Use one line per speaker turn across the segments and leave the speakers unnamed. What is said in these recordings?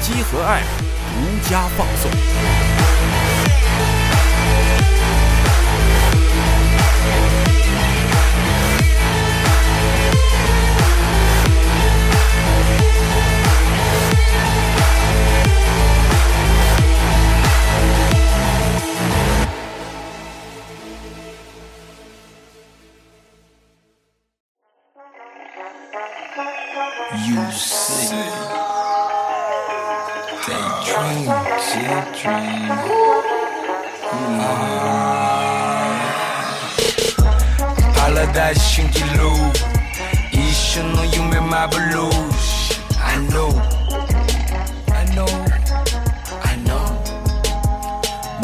积禾 App 独家放送。
You see, they dream, children. Mm. Paradise 신기루, 이슈는 유메 마블루시. I know, I know, I know.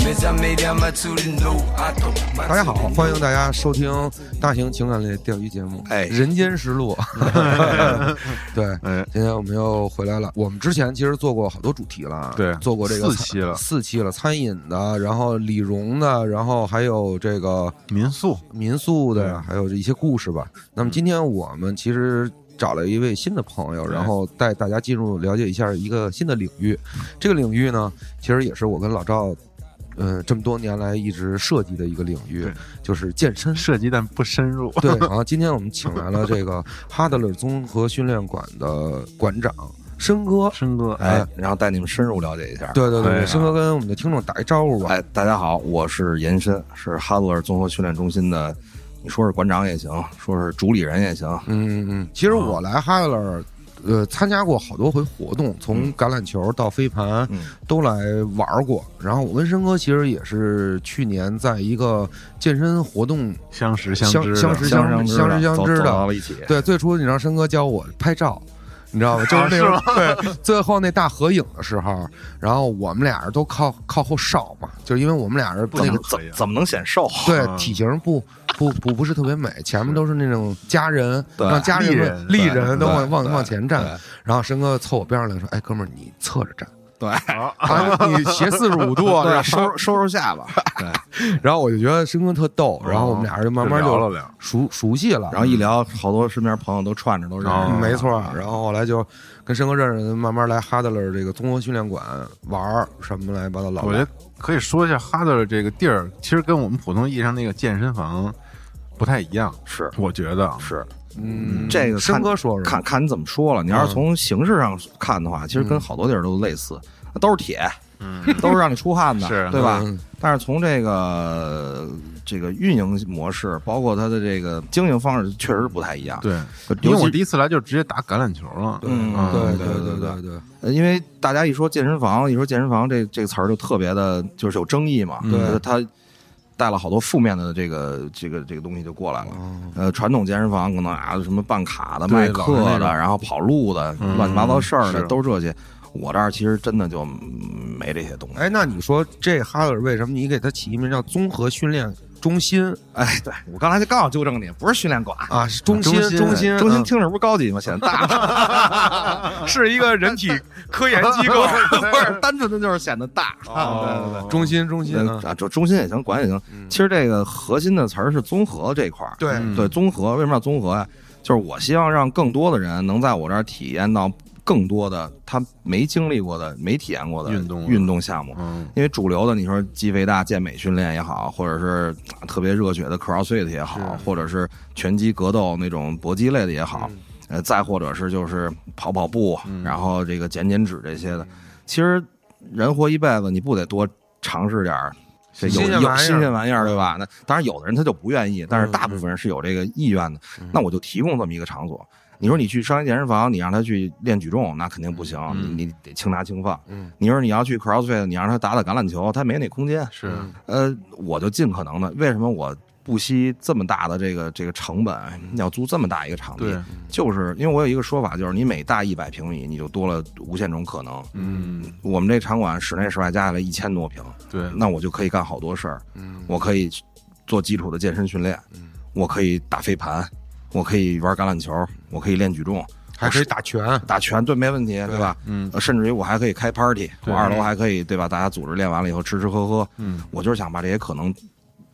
每张每两码处理，no, I don't.
大家好，欢迎大家收听大型情感类钓鱼节目《
哎
人间实 录》。对，
哎，
今天我们又回来了。我们之前其实做过好多主题了，
对
做过这个
四
餐
期了
四期了，餐饮的，然后李荣的，然后还有这个
民宿
民宿的呀，
对
还有一些故事吧。那么今天我们其实找了一位新的朋友，
对
然后带大家进入了解一下一个新的领域。这个领域呢，其实也是我跟老赵，呃，这么多年来一直涉及的一个领域
对，
就是健身。
涉及，但不深 入。
对，然后今天我们请来了这 个哈德勒综合训练馆的馆长申哥。呃
申哥，
哎，然后带你们深入了解一下。，
对对
哎
对，
呀
申哥跟我们的听众打一招呼吧。
哎，大家好，我是延伸，是哈德尔综合训练中心的，你说是馆长也行，说是主理人也行。
嗯嗯嗯，其实我来哈德勒，呃，参加过好多回活动，从橄榄球到飞盘，
嗯
都来玩过。然后我跟申哥其实也是去年在一个健身活动，
相识相知的，
相识
相
相
知
相知相知
走
的
走到了一起。
对，最初你让申哥教我拍照。你知 道吗？就是那种、对，最后那大合影的时候，然后我们俩人都靠靠后哨嘛，就是因为我们俩人
不
那
怎
个
能
么
啊
怎么怎么能显瘦？
对体型不不不不是特别美，前面都是那种家人，
对
让家人
丽
们
人
立
对
人
对
都往往
对
往前站
对，
然后申哥凑我边上来说：“哎，哥们儿，你侧着站。”
对
啊，你斜四十五度，
对，
然后
收收收下巴。对，
然后我就觉得申哥特逗，然后我们俩人就慢慢
就聊
就
了聊
熟熟悉了，
然后一聊，好多身边朋友都串着，都认识。
哦
没错，然后后来就跟申哥认识，慢慢来哈德勒这个综合训练馆玩儿什么乱七八糟老
我觉
玩
得可以说一下哈德尔这个地儿，其实跟我们普通意义上那个健身房不太一样。
是
我觉得啊
是，
嗯，
这个
申
看
哥说嗯说，
看看你怎么说了。你要是从形式上看的话，其实
嗯
跟好多地儿都类似，那都是铁，都是让你出汗
是
的，对吧？
嗯
但是从这个这个运营模式，包括它的这个经营方式，确实不太一样。
对，
尤
因为
其
我第一次来就直接打橄榄球了。
嗯
啊
对
对
对
对
对对，
呃因为大家一说健身房，一说健身房这这个词儿就特别的，就是有争议嘛。
对
它带了好多负面的这个这个这个东西就过来了。呃，传统健身房可能啊什么办卡的、
对
卖
老
课
是那
的，
种
然后跑路的、乱七八糟事儿的
是
都是这些。我这儿其实真的就嗯没这些东西。
哎，那你说这哈德尔为什么你给他起一名叫综合训练中心
哎，对我刚才就刚好纠正你，不是训练馆。
啊？是中心
中心
中心
中心
嗯
听着不是高级吗？显得大，是一个人体科研机构，不是单纯的就是显得大。
哦
中心中心
嗯对
啊
嗯
啊，就中心也行，管也行。其实这个核心的词儿是综合这一块儿。
对
嗯
对，综合为什么要综合呀、就是我希望让更多的人能在我这儿体验到更多的他没经历过的、没体验过的
运动
运动项目。
嗯，
因为主流的，你说肌肥大、健美训练也好，或者是啊特别热血的 CrossFit 也好，或者是拳击格斗那种搏击类的也好，
嗯
呃，再或者是就是跑跑步，然后这个减减脂这些的，其实人活一辈子，你不得多尝试点儿这有
新鲜玩意
有
儿嗯
新鲜玩意儿，对吧？那当然，有的人他就不愿意，但是大部分人是有这个意愿的。
嗯
那我就提供这么一个场所。你说你去商业健身房，你让他去练举重，那肯
嗯
定不行，你你得轻拿轻放。
嗯
你说你要去 CrossFit，你让他打打橄榄球，他没那空间。
是
呃，我就尽可能的，为什么我不惜这么大的这个这个成本，要租这么大一个场地
对？，
就是因为我有一个说法，就是你每大一百平米，你就多了无限种可能。
嗯，
我们这场馆室内室外加起来一千多平，
对，
那我就可以干好多事儿。
嗯
我可以做基础的健身训练，
嗯
我可以打飞盘，我可以玩橄榄球，我可以练举重，
还可以打拳，
打拳，对，没问题，对吧？
嗯
呃，甚至于我还可以开 party，我
对
二楼还可以，对吧？大家组织练完了以后吃吃喝喝，
嗯，
我就是想把这些可能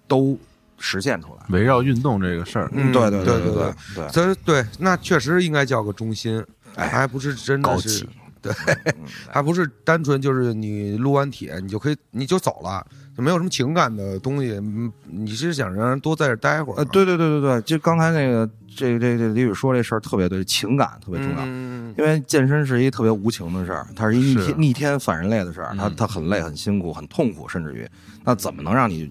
都实现出来。
围绕运动这个事儿，
嗯
对对
对
对
对
对，
这对，那确实应该叫个中心，
哎
还不是真
高
的是
级，嗯
还不是单纯就是你撸完铁你就可以你就走了，就没有什么情感的东西，嗯你是想让人多在这儿待会儿？
呃，，对对对对对，就刚才那个这个这个这个李宇说这事儿特别对，情感特别重要。
嗯，
因为健身是一特别无情的事儿，它是一逆
是
天逆天反人类的事儿，
嗯
它它很累、很辛苦、很痛苦，甚至于，那怎么能让你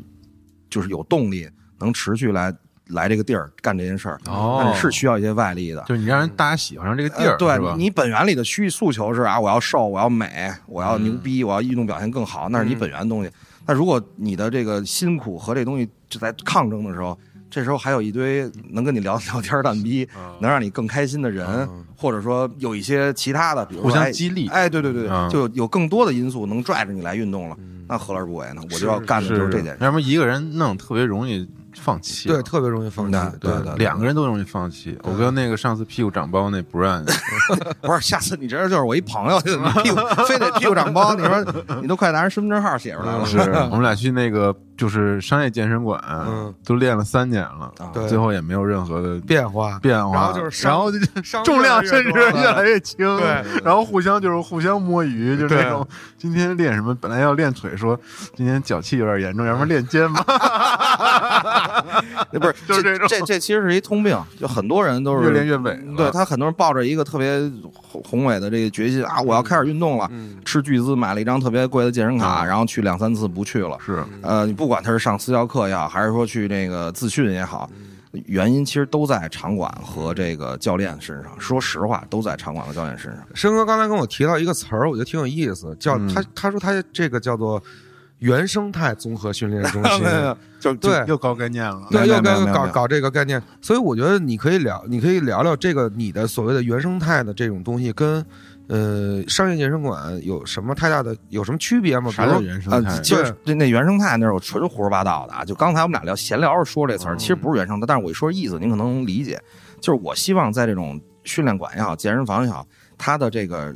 就是有动力，能持续来来这个地儿干这件事儿？
哦
那你是需要一些外力的。
就是你让人大家喜欢上这个地儿，
嗯呃对
是吧？
你本源里的需诉求是啊，我要瘦，我要美，我要
嗯
牛逼，我要运动表现更好，那是你本源的东西。那如果你的这个辛苦和这东西就在抗争的时候，这时候还有一堆能跟你聊 聊天儿蛋逼，
嗯
能让你更开心的人，或者说有一些其他的，比如说
互相
哎
激励
哎，对对对，
嗯
就有有更多的因素能拽着你来运动了，那何乐而不为呢？我就要干的就是
是
这件事。
要不然一个人弄特别容易放弃，
对，特别容易放
嗯
弃，
对对对
两个人都容易放弃。我跟那个上次屁股长包那 Brian，
不是，下次你这人就是我一朋友，你屁 股非得屁股长包，你说你都快拿人身份证号写出来了，
是 我们俩去那个就是商业健身馆，
嗯
都练了三年了
啊，
对
最后也没有任何的
变化，
变化，
然后就是
然后就
伤
重量甚至
越来越多
越来越轻，
对，
然后互相就是互相摸鱼，就是那
对
种今天练什么，本来要练腿，说今天脚气有点
嗯
严重，要不然练肩吧，
不是，
就是这
这
种
这这其实是一通病，就很多人都是
越练越啊美。
对他很多人抱着一个特别宏宏伟的这个决心啊，我要开始运动了，
嗯
斥巨资买了一张特别贵的健身卡，然后去两三次不去了。
是
呃，你不管他是上私教课也好，还是说去那个自训也好，
嗯
原因其实都在场馆和这个教练身上。说实话，都在场馆和教练 身上。
申哥刚才跟我提到一个词儿，我觉得挺有意思，叫、
嗯
他他说他这个叫做原生态综合训练中 心，
就
对
又高概念了。
对，
没有
又
没有没
跟
有没
搞
有
搞这个概念，所以我觉得你可以聊，你可以聊聊这个你的所谓的原生态的这种东西跟呃商业健身馆有什么太大的有什么区别吗？比
啥叫
如
原生
呃，
态？
其实那那原生态那是我纯胡说八道的啊。就刚才我们俩聊闲聊时说这词儿，其
嗯
实不是原生态，但是我一说意思，您可能能理解。就是我希望在这种训练馆也好，健身房也好，它的这个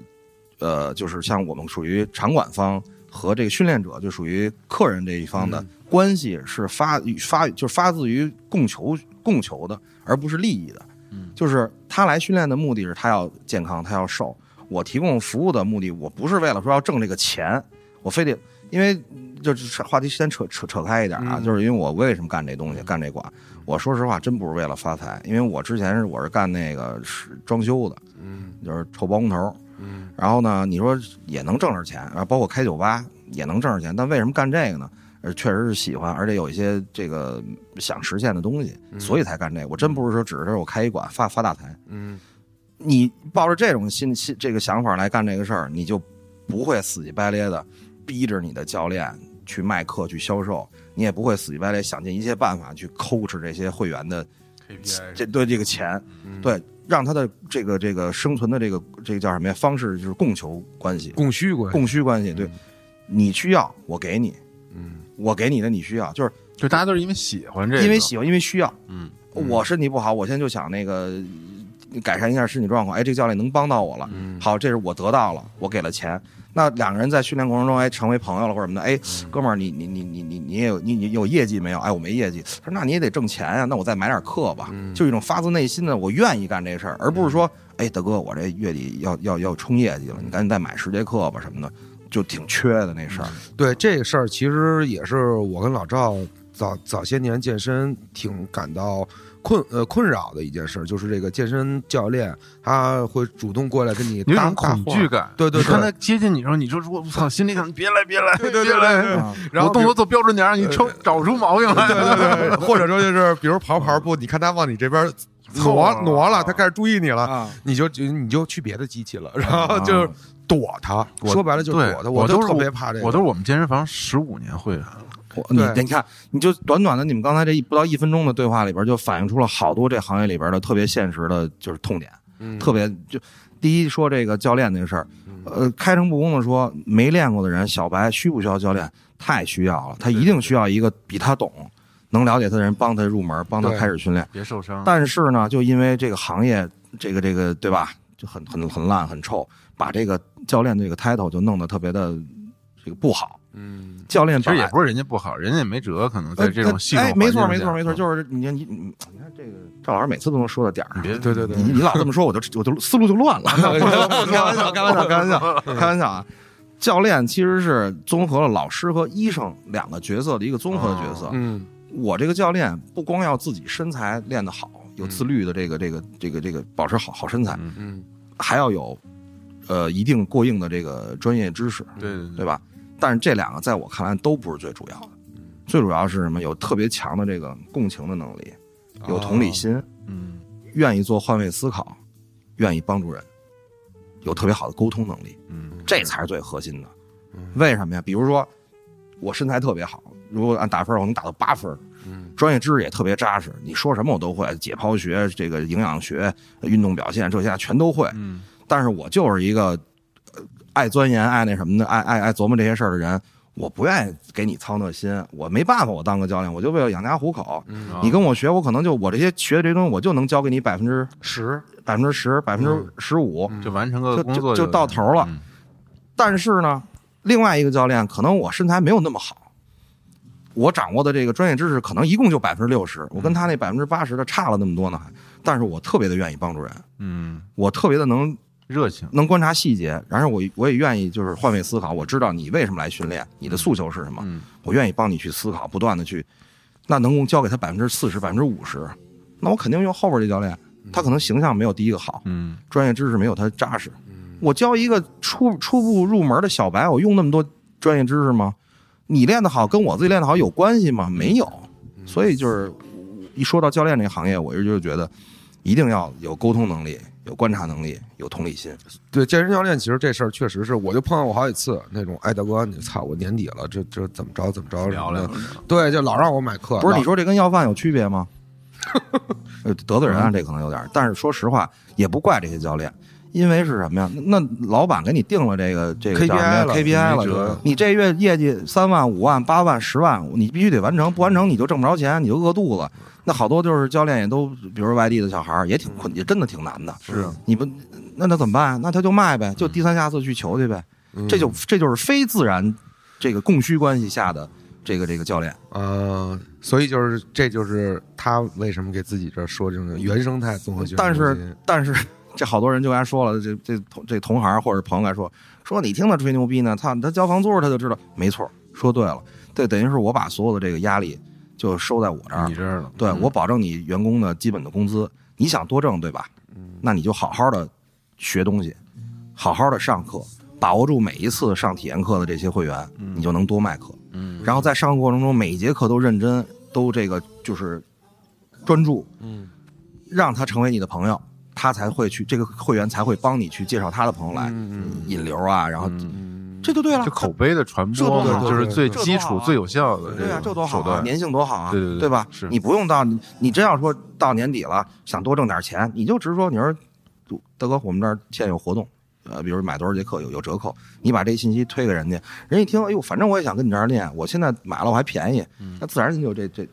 呃，就是像我们属于场馆方和这个训练者，就属于客人这一方
嗯
的关系是发与发就是发自于供求供求的，而不是利益的。
嗯
就是他来训练的目的是他要健康，他要瘦。我提供服务的目的，我不是为了说要挣这个钱，我非得因为就是话题先扯扯扯开一点啊，就是因为我为什么干这东西，干这馆，我说实话真不是为了发财，因为我之前是我是干那个是装修的，嗯，就是臭包工头，嗯，然后呢，你说也能挣着钱，啊，包括开酒吧也能挣着钱，但为什么干这个呢？呃，确实是喜欢，而且有一些这个想实现的东西，所以才干这个。我真不是说只是我开一馆发发大财，
嗯，
你抱着这种心心这个想法来干这个事儿，你就不会死乞白咧的逼着你的教练去卖课去销售，你也不会死乞白咧想尽一切办法去抠哧这些会员的这对这个钱，对让他的这个这个生存的这个这个叫什么呀方式就是供求关系，
供需关系，
供需关系，对，你需要我给你，嗯，我给你的你需要，就是
就大家都是因为喜欢这个，
因为喜欢，因为需要。
嗯，
我身体不好，我现在就想那个呃改善一下身体状况。哎，这个教练能帮到我了。好，这是我得到了，我给了钱。那两个人在训练过程中，哎，成为朋友了或者什么的，哎，哥们儿，你你你你你你也有你你有业绩没有？哎，我没业绩。他说那你也得挣钱啊呀、那我再买点课吧。就一种发自内心的我愿意干这事儿，而不是说，哎，大哥，我这月底要要要冲业绩了，你赶紧再买十节课吧什么的，就挺缺的那事儿。
对这个事儿，其实也是我跟老赵早早些年健身挺感到困呃困扰的一件事，就是这个健身教练他会主动过来跟你
你有一
搭
种恐惧，感。
对对
你看
对
他接近你的时候，你就说“我操”，心里想“别来，别来，
对对对
别 来
啊”。
然后
我动作做标准点儿，你抽找出毛病来
搭话
了。
对对对，或者说就是比如跑跑步，你看他往你这 边挪
凑了
挪了，他开始注意你了，
啊，
你就你就去别的机器了，然后就是躲他，
我
说白了就是
对
躲他，
我
就
都是
特别怕这个，
我都是我们健身房十五年会员了，
我你
对
你看，你就短短的你们刚才这一不到一分钟的对话里边，就反映出了好多这行业里边的特别现实的，就是痛点，
嗯
特别就第一说这个教练那个事儿，呃，开诚布公的说，没练过的人，小白需不需要教练？太需要了，他一定需要一个比他懂、能了解他的人帮他入门，帮他
对
开始训练。
别受伤。
但是呢，就因为这个行业，这个这个对吧，就很很很烂很臭，把这个教练这个 title 就弄得特别的这个不好。
嗯，
教练
其实
本来
也不是人家不好，人家也没辙，可能在
呃
这
他
种系统
哎，
环
没
境
错
下
没错没错，就是你你你，你看这个赵老师每次都能说到点儿
你
上。
别
对对对
你你老这么说，我就我就思路就乱了。 开玩笑，开玩笑，开玩笑，开玩笑啊！教练其实是综合了老师和医生两个角色的一个综合的角色。
嗯，
我这个教练不光要自己身材练得好，有自律的这个这个这个这个保持好好身材，
嗯，
还要有呃一定过硬的这个专业知识。
对对
对吧？但是这两个在我看来都不是最主要的，最主要是什么？有特别强的这个共情的能力，有同理心，
嗯，
愿意做换位思考，愿意帮助人，有特别好的沟通能力，
嗯，
这才是最核心的。为什么呀？比如说我身材特别好，如果按打分儿，我能打到八分儿，专业知识也特别扎实，你说什么我都会，解剖学、这个营养学、运动表现这些全都会。
嗯，
但是我就是一个、呃爱钻研、爱那什么的、爱爱爱琢磨这些事儿的人，我不愿意给你操那心，我没办法，我当个教练，我就为了养家糊口。
嗯
啊
你跟我学，我可能就我这些学的这些东西，我就能教给你百分之
十，
百分之十、百分之十五。
就完成个
就
工
就
作
就到头了
嗯
但是呢，另外一个教练可能我身材没有那么好，我掌握的这个专业知识可能一共就百分之六十，
嗯
我跟他那百分之八十的差了那么多呢。但是我特别的愿意帮助人，
嗯，
我特别的能
热情，
能观察细节，然后我我也愿意就是换位思考，我知道你为什么来训练，你的诉求是什么，
嗯
我愿意帮你去思考，不断的去，那能够交给他百分之四十、百分之五十，那我肯定用后边这教练，他可能形象没有第一个好，
嗯，
专业知识没有他扎实。我教一个初初步入门的小白，我用那么多专业知识吗？你练得好跟我自己练得好有关系吗？没有。所以就是一说到教练这个行业，我一直就觉得一定要有沟通能力、有观察能力、有同理心。
对，健身教练其实这事儿确实是，我就碰到过好几次那种，哎，大哥，你操，我年底了，这这怎么着怎么着什
聊
么
聊
的，，对，就老让我买课，
不是
老
你说这跟要饭有区别吗？呃得罪人啊，这可能有点儿。但是说实话，也不怪这些教练，因为是什么呀？那那老板给你定了这个这个
KPI
叫什
了
么呀 KPI 了，
没辙
你这月业绩三万、五万、八万、十万，你必须得完成，不完成你就挣不着钱，你就饿肚子。那好多就是教练也都，比如外地的小孩儿也挺困，也真的挺难的。
是啊
你不那那怎么办啊？那他就卖呗，就低三下四去求去呗。
嗯
这就这就是非自然这个供需关系下的这个这个教练。
呃，所以就是这就是他为什么给自己这儿说这种原生态综合训练
但
中心，
是但是 这好多人就该说了，这这同这同行或者朋友该说说你听他吹牛逼呢，他他交房租他就知道，没错，说对了，这等于是我把所有的这个压力就收在我这儿
你，这儿了，
对
嗯
我保证你员工的基本的工资，你想多挣对吧？
嗯
那你就好好的学东西，好好的上课，把握住每一次上体验课的这些会员，你就能多卖课。
嗯，
然后在上课过程中，每一节课都认真，都这个就是专注，嗯，让他成为你的朋友，他才会去这个会员才会帮你去介绍他的朋友
嗯
来、引流啊，然后、这就对了，
就口碑的传
这
播
多
嘛，
好
就是最
这多
基
好
础、
啊
最有效的
对啊，这多
这种
好
手
啊，
段。
粘性多好啊，
对对对
吧？
是
你不用到你你真要说到年底了想多挣点钱，你就直说你说大哥，我们这儿现在有活动，呃，比如买多少节课有有折扣，
嗯
你把这信息推给人家，人一听，哎呦，反正我也想跟你这儿练，我现在买了我还便宜，
嗯
那自然你就这这。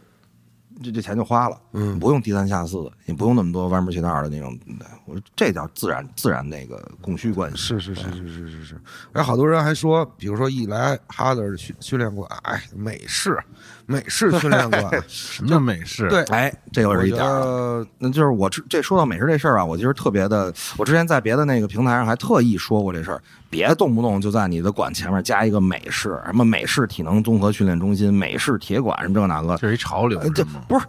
这这钱就花了，嗯，不用低三下四的，也不用那么多歪门邪道的那种，对我说这叫自然自然那个供需关系。
是是是是是是是，哎，好多人还说，比如说一来哈德训训练馆，哎，美式美式训练馆，
什么叫美式？
对，
哎，这又
我
是一
觉
点儿了
得
那就是我这这说到美食这事儿啊，我其实特别的，我之前在别的那个平台上还特意说过这事儿。别动不动就在你的馆前面加一个美式，什么美式体能综合训练中心、美式铁馆什么这个那个，
这是一潮流
呃，这
是吗？
不是。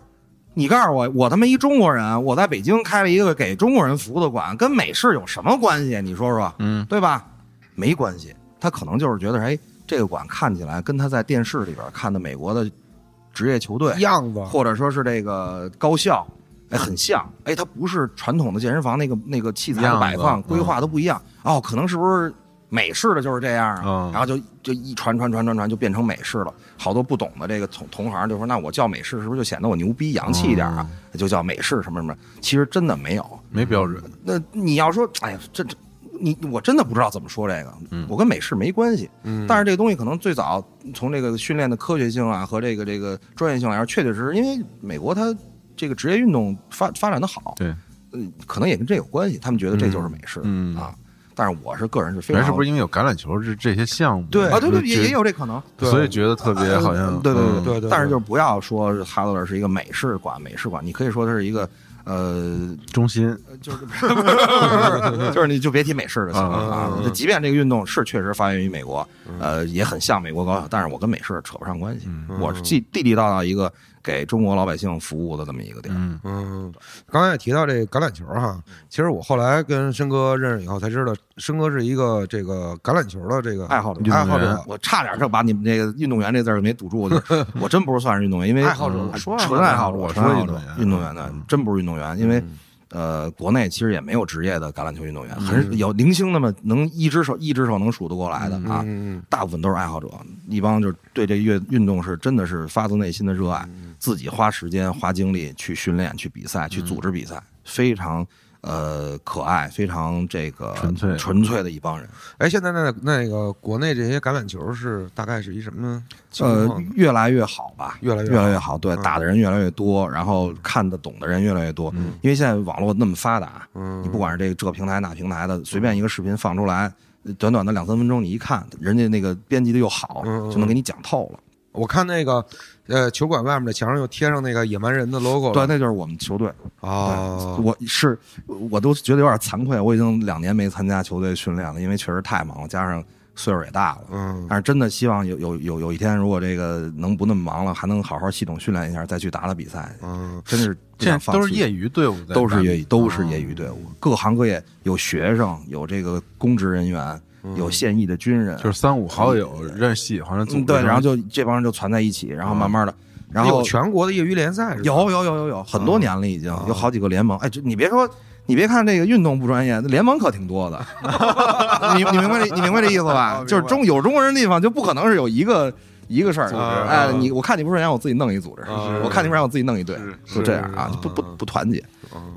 你告诉我，我他妈一中国人，我在北京开了一个给中国人服务的馆，跟美式有什么关系？啊你说说，
嗯，
对吧？没关系，他可能就是觉得，哎，这个馆看起来跟他在电视里边看的美国的职业球队
样子啊
或者说是这个高校，哎，很像，哎，它不是传统的健身房那个那个器材的摆
样
放
子
规划都不一样、哦，可能是不是美式的就是这样啊？
嗯
然后就就一传传传传传就变成美式了，好多不懂的这个同同行就说，那我叫美式是不是就显得我牛逼洋气一点啊？就叫美式什么什么？其实真的没有，
没标准，
那你要说，哎呀，这这。你我真的不知道怎么说这个，
嗯
我跟美式没关系，但是这个东西可能最早从这个训练的科学性啊和这个这个专业性来说，确确实实，因为美国它这个职业运动发发展的好，
对，
嗯，可能也跟这有关系，他们觉得这就是美式、
嗯
啊，但是我是个人是非
原来
常
是不是因为有橄榄球这这些项目？
对啊，对对也也
有，
有这可能，
对
所以觉得特别好
呃
像
对对对
嗯
对对，
但是就是不要说哈德勒是一个美式馆，美式馆，你可以说它是一个呃
中心
就是 就是你就别提美式的行了
嗯
啊！那即便这个运动是确实发源于美国，呃，也很像美国高校，但是我跟美式扯不上关系。
嗯
我是地地地道道一个给中国老百姓服务的这么一个地儿。
嗯，
嗯，刚才也提到这橄榄球
嗯
哈，其实我后来跟申哥认识以后才知道，申哥是一个这个橄榄球的这个
爱好者
爱好
运动
者
员，
我差点就把你们这个运动员这字儿没堵住，我 就我真不是算是运动员，因为
爱好者
嗯
我说了
纯爱好者，
我
纯
说
爱好
运
者
动员
运动员的
嗯
真不是运动员，因为。呃，国内其实也没有职业的橄榄球运动员，很有零星那么能一只手一只手能数得过来的啊。
嗯嗯，
大部分都是爱好者，一帮就是对这运运动是真的是发自内心的热
嗯
爱，自己花时间、花精力去训练、去比赛、去组织比赛，非常呃可爱，非常这个
纯粹
纯粹的一帮人。
哎，现在那那个国内这些橄榄球是大概是一什么情
呃
况呢？，
越来越好吧，
越来越
越
好
来越好，对，
嗯
打的人越来越多，然后看得懂的人越来越多，因为现在网络那么发达，
嗯
你不管是这个这平台那平台的，随便一个视频放出来，短短的两三分钟，你一看，人家那个编辑的又好，
嗯嗯
就能给你讲透了。
我看那个呃球馆外面的墙上又贴上那个野蛮人的 logo
对，
了
那就是我们球队。
啊，
我是我都觉得有点惭愧，我已经两年没参加球队训练了，因为确实太忙了，加上岁数也大了。
嗯
但是真的希望有有有有一天，如果这个能不那么忙了，还能好好系统训练一下，再去打打比赛，
嗯
真是不想
现在
放弃
都是业余队伍在办，
都是业余都
哦
是业余队伍，各行各业有学生，有这个公职人员，有现役的军人，
嗯就是三五好友认识喜欢的组
嗯
织，嗯
对，然后就这帮人就攒在一起，然后慢慢的，然后
有全国的业余联赛是吧
有有有有有，很多年了已经，有好几个联盟。哎，这你别说，你别看这个运动不专业，那联盟可挺多的。你你明白这你明白这意思吧？就是中有中国人的地方，就不可能是有一个一个事儿。哎，你我看你不顺眼，我自己弄一组织；我看你不顺眼，我自己弄一队，就这样啊，就不不不团结。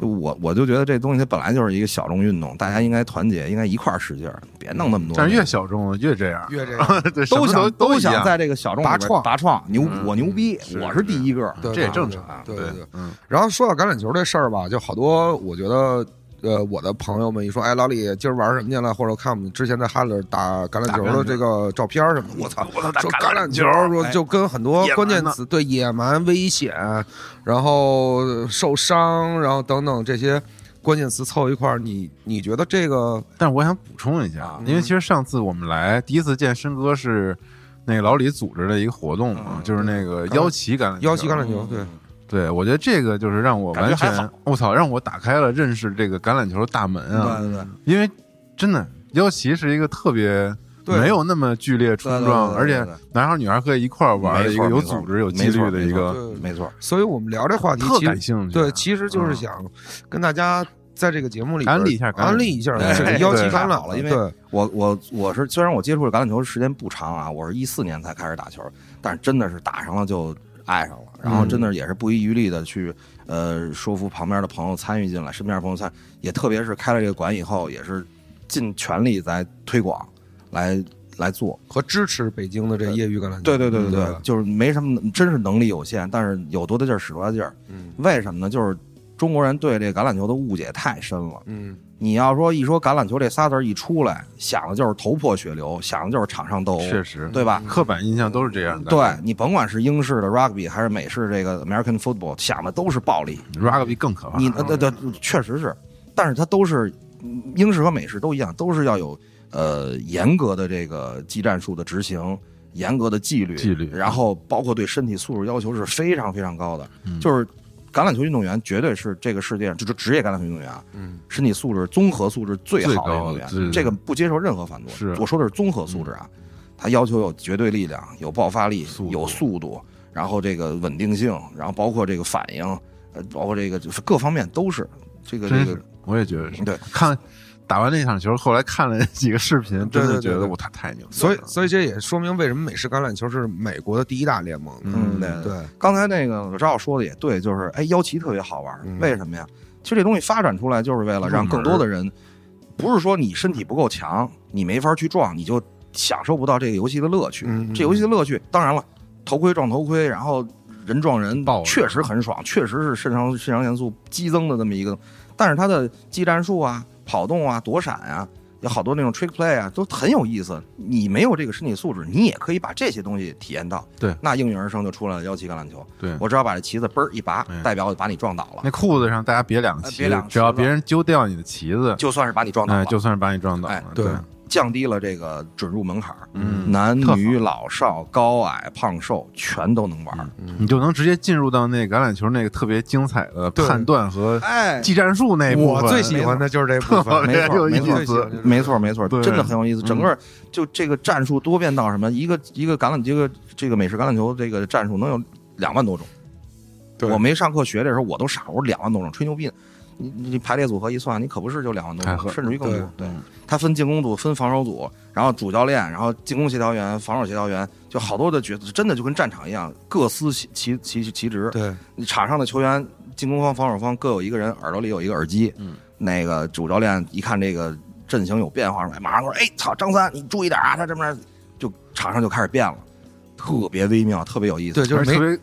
我我就觉得这东西它本来就是一个小众运动，大家应该团结，应该一块儿使劲儿，别弄那么多。
但是越小众越这样，
越这 样
对，什
都
么
想
都一
想
样
在这个小众里边
拔创
拔创，牛我牛逼，
是
我是第一个，
对
这也
对
正
对
常
啊对对对。
嗯，
然后说到橄榄球这事儿吧，就好多我觉得，呃，我的朋友们一说，哎，老李今儿玩什么去了？或者看我们之前在哈勒打橄榄球的这个照片什么的，我操，我操，说橄榄球，说就跟很多关键词，对野蛮、危险，然后呃受伤，然后等等这些关键词凑一块儿，你你觉得这个
但我想补充一下
啊，
因为其实上次我们来第一次见申哥是那个老李组织的一个活动
嗯
嘛，就是那个腰旗橄榄
腰旗橄榄球，对，
对，我觉得这个就是让我完
感觉还
全，我操，让我打开了认识这个橄榄球的大门啊！
对对对。
因为真的，腰旗是一个特别
对
没有那么剧烈冲撞，
对
而
对对
且
对对
男孩女孩可以一块儿玩的
没
一
错
个有
没错
组织、有纪律的一个，
对
没错，
所以我们聊这话题
特
其实
感兴趣。啊
嗯
对，其实就是想跟大家在这个节目里边
安利一下橄榄
安利一下
哎
这个腰旗
对
太
橄榄
好了因为
对
我我我是虽然我接触橄榄球时间不长啊，我是一四年才开始打球，但是真的是打上了就爱上了，然后真的也是不遗余力的去呃说服旁边的朋友参与进来，身边的朋友参，也特别是开了这个馆以后，也是尽全力在推广，来来做。
和支持北京的这业余橄榄球。
对对对对对，
嗯对吧，
就是没什么，真是能力有限，但是有多大劲儿使多大劲儿。
嗯
为什么呢？就是中国人对这橄榄球的误解太深了。
嗯，
你要说一说橄榄球这仨字儿一出来，想的就是头破血流，想的就是场上斗殴，
确实嗯
对吧？
刻板印象都是这样的。
对你甭管是英式的 rugby 还是美式这个 American football，想的都是暴力。
啊，rugby 更可怕。
你呃对对，确实是，但是它都是英式和美式都一样，都是要有呃严格的这个技战术的执行，严格的纪律，
纪律
然后包括对身体素质要求是非常非常高的。
嗯
就是橄榄球运动员绝对是这个世界上，就是职业橄榄球运动员啊，
嗯，
身体素质综合素质最好的运动
最高
员，
的
这个不接受任何反驳。
是嗯
我说的是综合素质啊，他要求有绝对力量、有爆发力、
速度
有速度，然后这个稳定性，然后包括这个反应，呃，包括这个就是各方面都是这个
真
这
是
个。
我也觉得是。
对，
看打完那场球，后来看了几个视频，
对
真的
对对
觉得
对
我他太牛逼了。
所以所以这也说明为什么美式橄榄球是美国的第一大联盟。
嗯对
对，
刚才那个老赵说的也对，就是哎，腰旗特别好玩儿，
嗯
为什么呀？其实这东西发展出来就是为了让更多的人，不是说你身体不够强，你没法去撞，你就享受不到这个游戏的乐趣。
嗯嗯
这游戏的乐趣，当然了，头盔撞头盔，然后人撞人
爆，了
确实很爽，确实是肾上肾上腺素激增的这么一个，但是它的技战术啊、跑动啊、躲闪啊。有好多那种 trick play 啊，都很有意思。你没有这个身体素质，你也可以把这些东西体验到。
对
那应运而生就出来了腰旗橄榄球。
对
我只要把这旗子嘣儿一拔
嗯，
代表我把你撞倒了，
那裤子上大家别两
呃
个旗
别
子
两，个
只要
旗子
别人揪掉你的旗子，
就算是把你撞倒
哎，
了，
就算是把你撞倒
哎
了。
对
降低了这个准入门槛儿。
嗯，
男
特好
女老少、高矮胖瘦全都能玩儿。
你就能直接进入到那橄榄球那个特别精彩的
对
判断和
哎，
技战术那一部
我
分。
最喜欢的就是这部
特
分，
没
别
错
有
没错
意思。
没错没错，
对
真的很有意思。
嗯
整个就这个战术多变到什么？一个一个橄榄这个这个美式橄榄球这个战术能有两万多种。
对
我没上课学这时候我都傻，我说两万多种，吹牛逼呢。你你你排列组合一算，你可不是就两万多
太
种，
狠
甚至于更多。对
对嗯，
他分进攻组，分防守组，然后主教练，然后进攻协调员、防守协调员，就好多的角色，真的就跟战场一样，各司其其其其职。
对，
你场上的球员，进攻方、防守方各有一个人，耳朵里有一个耳机。
嗯，
那个主教练一看这个阵型有变化，哎马上说：“哎，操，张三，你注意点啊，他这边就场上就开始变了，特别微妙，特别有意思。
对，就
而
是
且特
没
别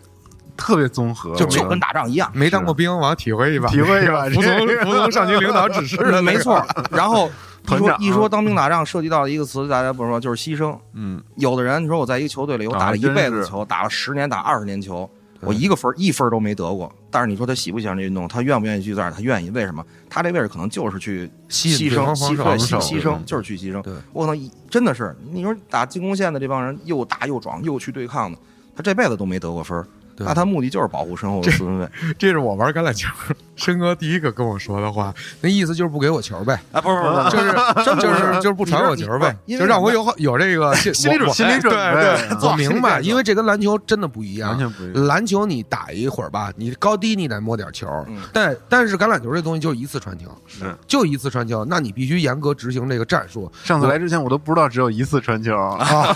特别综合，
就
我觉
就
得
跟打仗一 样，
没当过兵，完了体会一把，
体会一把
服从
这个
服从上级领 导指示的，
没错。然后一
团
说
长
一说当兵打仗，涉及到一个词，大家不说就是牺牲。
嗯，
有的人你说我在一个球队里，我
啊
打了一辈
真
子
是
球，打了十年，打二十年球，
对
我一个分儿一分儿都没得过。但是你说他喜不喜欢这运动，他愿不愿意去这儿？他愿意，为什么？他这位置可能就是去
吸
牺
引对
牲，
方
牺
防
对
守
牺
对
牺牲就是去牺牲
对。
我可能一真的是，你说打进攻线的这帮人又大又壮又去对抗的，他这辈子都没得过分儿。
对
那他目的就是保护身后的四 分卫
这是我玩橄榄球， 申哥第一个跟我说的话，那意思就是不给我球呗，
啊！不是不 是不，
就是是就是就是不传我球呗，
你
就
知道你不是因为
让我有好有这个心
心理准
我哎
心理准
对
备
对，
做
我
好心理
明白，
建设
因为这跟篮球真的不一样
完。全不一样。
篮球你打一会儿吧，你高低你得摸点球，
嗯
但但是橄榄球这东西就一次传球，
是
就一次传球，那你必须严格执行这个战术。
上次来之前我都不知道只有一次 传球，啊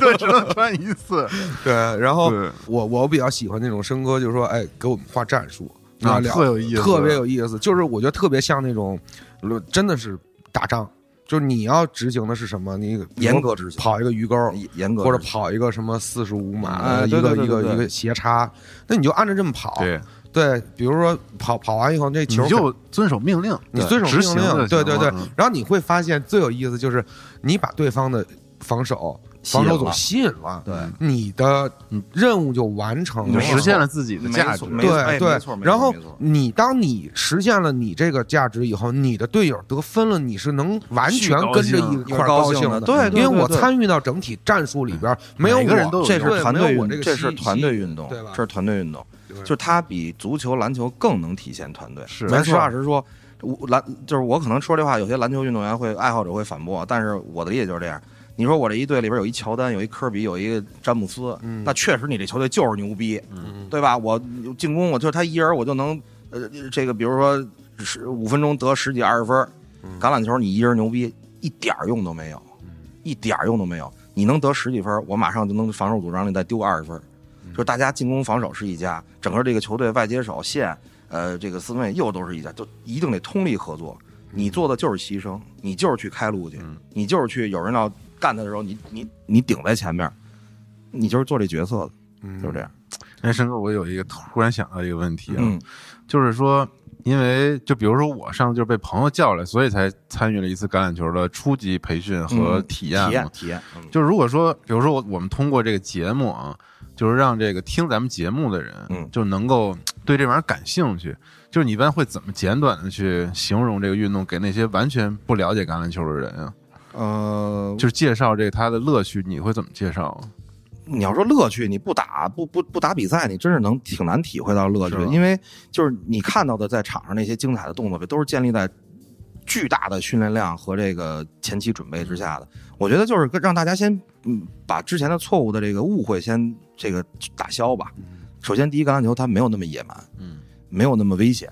对，只能传一次。
对，然后
对
我我比较喜欢那种申哥，就是说，哎，给我们画战术，
啊
聊
特有意思
特别有意思。就是我觉得特别像那种，呃真的是打仗，就是你要执行的是什么，你
严格执行
跑一个鱼钩，
严 严格
或者
执行
跑一个什么四十五码
哎
的一
对
个
对对
一个
对对
一个斜插，那你就按着这么跑。
对，
对，比如说跑跑完以后，这
你
球
就遵守命令，
你遵守
执
命
行就行
令，
了
对对对
嗯。
然后你会发现最有意思就是，你把对方的防守
吸引
防守组
了
吸引了，
对嗯
你的任务就完成
你就
了。
没错
嗯实现了自己的价值。
没错哎
对
没错
对
没，错
然后
没错
你当你实现了你这个价值以后，你的队友得分了，你是能完全跟着一块儿高兴
有高兴的对对
因为我
对嗯对
参与到整体战术里边，没有
每个人都
我
有
这
对
是团队
没有
运
我
动，
个
这
吸
是团队运
对吧
动，这是团队运动，
对
就是它比足球、篮球更能体现团队。
是
咱
没
实
错
话实说，我篮就是我可能说这话，有些篮球运动员会爱好者会反驳，但是我的理解就是这样。你说我这一队里边有一乔丹，有一科比，有一个詹姆斯，
嗯
那确实你这球队就是牛逼，
嗯
对吧？我进攻，我就他一人我就能，呃，这个比如说十五分钟得十几二十分儿，
嗯
橄榄球你一人牛逼一点儿用都没有，一点儿用都没有。你能得十几分儿，我马上就能防守组让你再丢二十分儿。就是大家进攻防守是一家，整个这个球队外接手线，呃，这个四分卫又都是一家，就一定得通力合作。你做的就是牺牲，你就是去开路
嗯
去，你就是去有人要干他的时候，你你你顶在前面儿，你就是做这角色的，就是这样。
哎，申哥，我有一个突然想到一个问题啊，
嗯，
就是说，因为就比如说我上次就是被朋友叫来，所以才参与了一次橄榄球的初级培训和
嗯
体验嘛。
体验体验，嗯
就如果说，比如说我我们通过这个节目啊，就是让这个听咱们节目的人，
嗯
就能够呃对这玩意儿感兴趣。就是你一般会怎么简短的去形容这个运动给那些完全不了解橄榄球的人啊？
呃，
就是介绍这个它的乐趣，你会怎么介绍啊？
你要说乐趣，你不打不不不打比赛，你真是能挺难体会到乐趣
是
的，
吧
因为就是你看到的在场上那些精彩的动作，都是建立在巨大的训练量和这个前期准备之下的。我觉得就是跟让大家先嗯把之前的错误的这个误会先这个打消吧。首先，第一，橄榄球它没有那么野蛮，
嗯，
没有那么危险。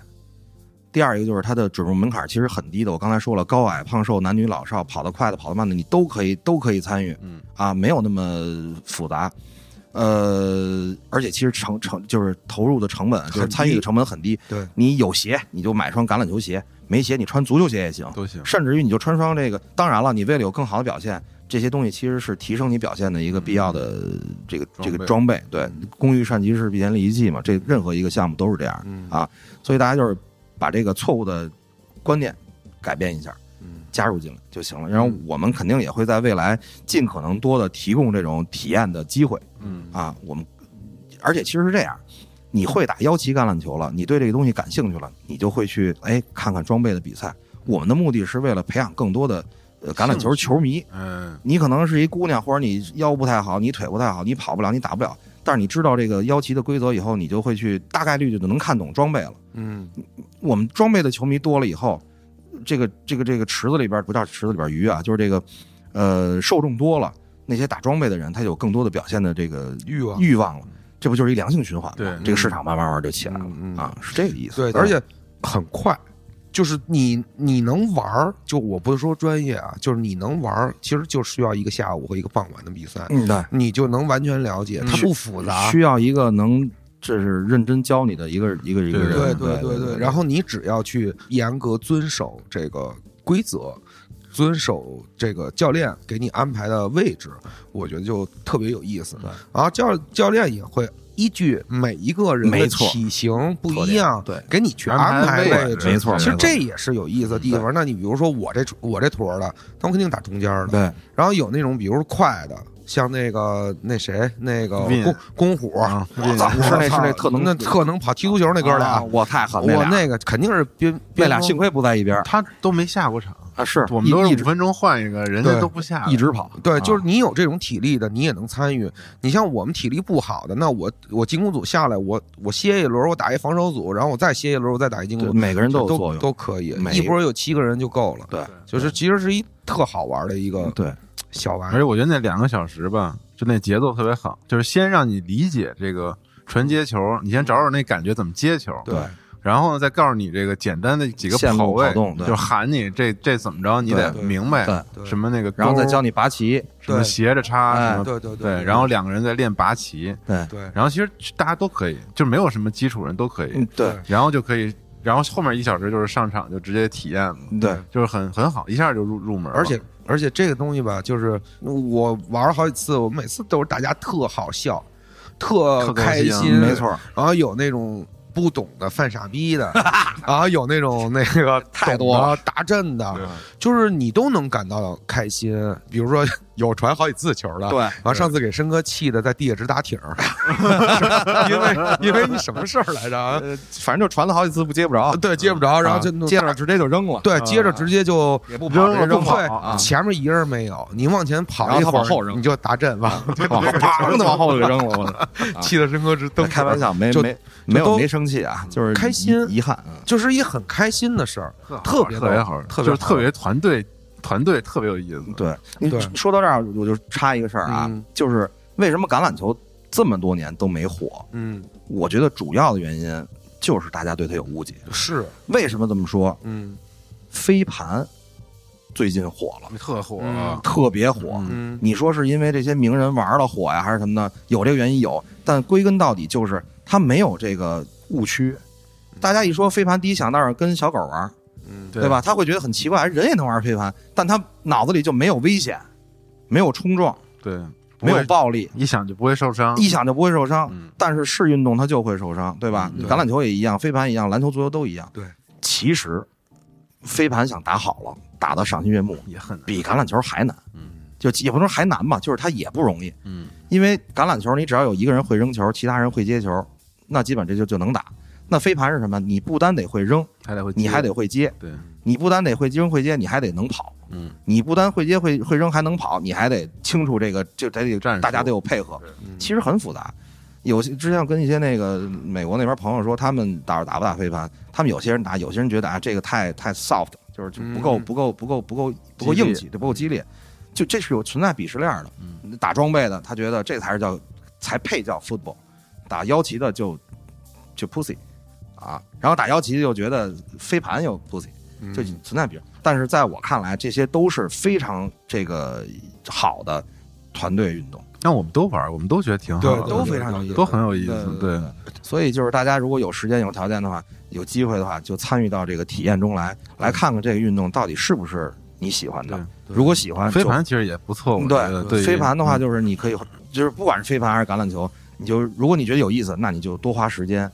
第二一个就是它的准入门槛其实很低的，我刚才说了，高矮胖瘦、男女老少、跑得快的、跑得慢的，你都可以都可以参与，
嗯
啊，没有那么复杂。呃，而且其实成成就是投入的成本，就是
很
参与的
低
成本很低。
对，
你有鞋你就买双橄榄球鞋，没鞋你穿足球鞋也行，
都行。
甚至于你就穿双这个。当然了，你为了有更好的表现，这些东西其实是提升你表现的一个必要的这个这个
装
装备。对，工欲善其事，必先利其器嘛。这任何一个项目都是这样啊。所以大家就是把这个错误的观念改变一下，加入进来就行了。然后我们肯定也会在未来尽可能多的提供这种体验的机会
嗯
啊。我们而且其实是这样。你会打腰旗橄榄球了，你对这个东西感兴趣了，你就会去哎看看装备的比赛。我们的目的是为了培养更多的呃橄榄球球迷，
嗯，
你可能是一姑娘，或者你腰不太好，你腿不太好，你跑不了，你打不了。但是你知道这个腰旗的规则以后，你就会去大概率就能看懂装备了。
嗯，
我们装备的球迷多了以后，这个这个这个池子里边不叫池子里边鱼啊，就是这个呃受众多了，那些打装备的人他有更多的表现的这个
欲望
欲望了，这不就是一良性循环吗？
对
这个市场慢慢慢就起来了、
嗯嗯
啊，是这个意思。
对，而且很快，就是你你能玩儿，就我不是说专业啊，就是你能玩儿，其实就需要一个下午和一个傍晚的比赛，
嗯对，
你就能完全了
嗯
解，它不复杂。
需要一个能这是认真教你的一个一个一个人，
对
对
对对对，然后你只要去严格遵守这个规则，遵守这个教练给你安排的位置，我觉得就特别有意思。
对
然后教教练也会依据每一个人的
没错
体型不一样，
特点
给你去
安
安
排
排
位
位
置
置。
没错，
其实
没错
这也是有意思的地方。那你比如说我这我这坨儿的，他们肯定打中间儿的。
对
然后有那种比如说快的，像那个那谁那个
Vin
公公虎，
啊
我
Vin
操
是那
我操
是那特能
那特能跑踢足球那哥俩
啊，，我太狠了，
我
那
那个肯定是边
那
边
俩幸亏不在一边儿
他都没下过场，
啊，是
我们
一
都
一
是
直
五分钟换一个，人家
对
都不下。
一直跑，
对，就是你有这种体力的，你也能参与。你像我们体力不好的，那我我进攻组下来，我我歇一轮，我打一防守组，然后我再歇一轮，我再打一进攻
对
组，
每个人都有作
都
用，
都可以，
每
一波有七个人就够了。
对
就是其实是一特好玩的一个
对
小玩
而
意
且
儿。
我觉得那两个小时吧，就那节奏特别好，就是先让你理解这个传接球，你先找找那感觉怎么接球，
对，
然后呢再告诉你这个简单的几个
线路
跑位，
跑动对
就喊你这这怎么着，你得
对
明白
对
对
什么那个勾，
然后再教你拔旗，
什么
对
斜着插，
哎
什么
对对
对，然后两个人在练拔旗，
对，
对
然后其实大家都可以，就没有什么基础人都可以，
嗯对
然后就可以，然后后面一小时就是上场就直接体验了，
对
就是很很好，一下就入入门了，
而且而且这个东西吧，就是我玩了好几次，我每次都是大家特好笑，特
特高兴
开心，
没错。
然后有那种不懂的犯傻逼的，然后有那种那个太多了打阵的，就是你都能感到开心。比如说有传好几次球的，
对
然后上次给申哥气的在地下直打挺儿，因为因为你什么事儿来着啊？
呃，反正就传了好几次不接不着，
对，接不着，然后就
啊接着直接就扔了，
对，接着直接就
也不跑
扔了
直接
不
扔
跑
了，
啊
啊
前面一人没有，你往前
然
跑
后
一
他
会
往后
儿，
扔
你就打阵吧，
往后砰的往后就给扔了，我
气的申哥直蹬。
开玩笑，没
就
没没有
都
没生气啊，就是
开心
遗遗憾啊，
就是一很开心的事儿，特别
特别好，
特
就
别
是特别团队团队特别有意思，
对，你
对
说到这儿我就插一个事儿啊
嗯，
就是为什么橄榄球这么多年都没火？
嗯
我觉得主要的原因就是大家对它有误解。
是
为什么这么说？
嗯
飞盘最近火了，
特火
嗯
特别火。
嗯
你说是因为这些名人玩了火呀，还是什么呢？有这个原因有，但归根到底就是它没有这个误区。大家一说飞盘，第一想到是跟小狗玩，
嗯
对吧？他会觉得很奇怪，人也能玩飞盘，但他脑子里就没有危险，没有冲撞，
对，
没有
不会
暴力，
一想就不会受伤，
一想就不会受伤。
嗯
但是是运动它就会受伤，对吧？
嗯对
橄榄球也一样，飞盘一样，篮球、足球都一样。
对，
其实飞盘想打好了，打得赏心悦目，
也很难，
比橄榄球还难。
嗯
就也不能说还难吧，就是它也不容易。
嗯，
因为橄榄球你只要有一个人会扔球，其他人会接球，那基本这就就能打。那飞盘是什么？你不单得会扔，
还得会接，
你还得嗯会接，
对，
你不单得会扔会接，你还得能跑。
嗯，
你不单会接会会扔还能跑，你还得清楚这个，就得得
战术
大家得有配合。
嗯
其实很复杂。有些之前我跟一些那个美国那边朋友说，他们打打不打飞盘，他们有些人打，有些人觉得啊这个太太 soft，就是就不够、
嗯
不够不够不够不够
激烈
硬气，对不够激烈。就这是有存在鄙视链的。
嗯
打装备的他觉得这才是叫才配叫 football，打腰旗的就就 pussy 啊，然后打腰旗的又觉得飞盘有 pussy。就存在比较。但是在我看来，这些都是非常这个好的团队运动，啊
那我们都玩儿，我们都觉得挺好
对
的，
都非常有意思，
都很有意
对
思，
对
对，
所以就是大家如果有时间、有条件的话，有机会的话，就参与到这个体验中来，来看看这个运动到底是不是你喜欢的。如果喜欢，
飞
就
盘其实也不错，我觉得
对
对于嗯
飞盘的话，就是你可以，就是不管是飞盘还是橄榄球，你就如果你觉得有意思，那你就多花时间，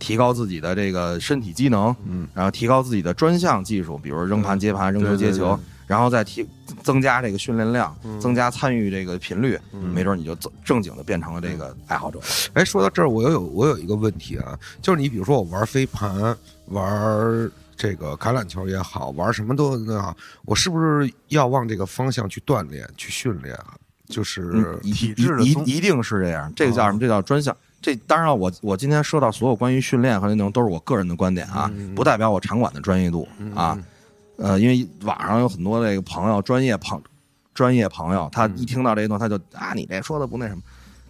提高自己的这个身体机能，
嗯，
然后提高自己的专项技术，比如扔盘、接盘、扔球、
对对嗯
接球，然后再提增加这个训练量，增加参与这个频率，没准你就正正经的变成了这个爱好者。
哎，说到这儿，我又有我有一个问题啊，就是你比如说我玩飞盘，玩这个橄榄球也好，玩什么都也好，我是不是要往这个方向去锻炼、去训练啊？就是、
嗯一
体制的啊
一
综
一一定是这样。这个叫什么？这叫专项。这当然了，我我今天说到所有关于训练和内容都是我个人的观点啊，
嗯
不代表我场馆的专业度啊。呃，因为网上有很多这个朋友，专业朋专业朋友，他
嗯
一听到这一段，他就啊，你这说的不那什么。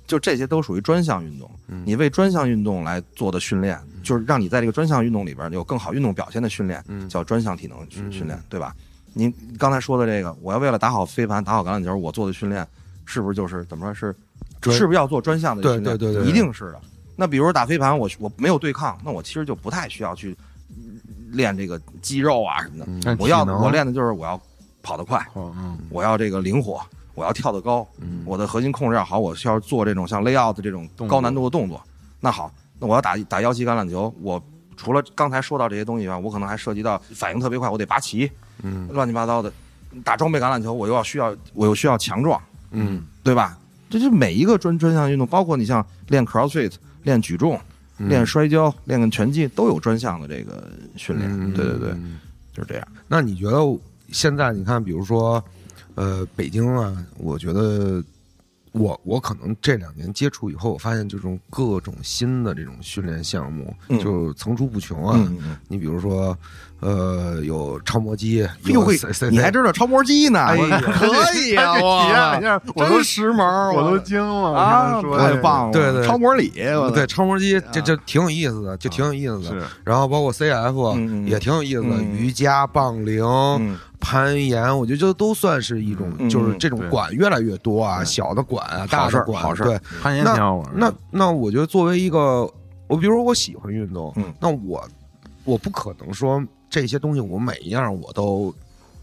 就这些都属于专项运动，
嗯
你为专项运动来做的训练，就是让你在这个专项运动里边有更好运动表现的训练，
嗯
叫专项体能训训练，对吧？您刚才说的这个，我要为了打好飞盘、打好橄榄球，我做的训练是不是就是怎么说是
专
是不是要做专项的
对
训练？
对对对
一定是的。那比如说打飞盘，我我没有对抗，那我其实就不太需要去练这个肌肉啊什么的。
但
我要
嗯体能
我练的就是我要跑得快，
哦嗯
我要这个灵活，我要跳得高，我的核心控制要好，我需要做这种像 layout 这种
动作
高难度的动作。那好，那我要打打腰旗橄榄球，我除了刚才说到这些东西以外，我可能还涉及到反应特别快，我得拔旗，嗯，乱七八糟的。打装备橄榄球，我又要需要我又需要强壮，
嗯，
对吧？这是每一个专专项运动，包括你像练 CrossFit、练举重、练摔跤、练拳击，都有专项的这个训练。对对对，就是这样。
那你觉得现在你看，比如说，呃，北京啊，我觉得我我可能这两年接触以后，我发现这种各种新的这种训练项目、
嗯
就层出不穷啊。
嗯，嗯
你比如说，呃，有超模机，
嗯哟
有
嘿
C- C-，
你还知道超模机呢？
哎呀
可以啊，
这体验
我
一下，我都
时髦，
我都惊了，
啊，
我说
太棒了，
对对
超模里，我
对，超模
啊
机这这挺有意思的，就挺有意思的。
是
然后包括 CF
嗯嗯
也挺有意思的，
嗯
瑜伽、棒铃、
嗯
攀岩，我觉得这都算是一种，
嗯
就是
嗯
这种
对
馆越来越多啊，小的馆啊，大
好事
的
儿
馆，
好事儿
对，
攀岩挺好玩儿的，
那那我觉得作为一个，我比如说我喜欢运动，
嗯
那我我不可能说这些东西我每一样我都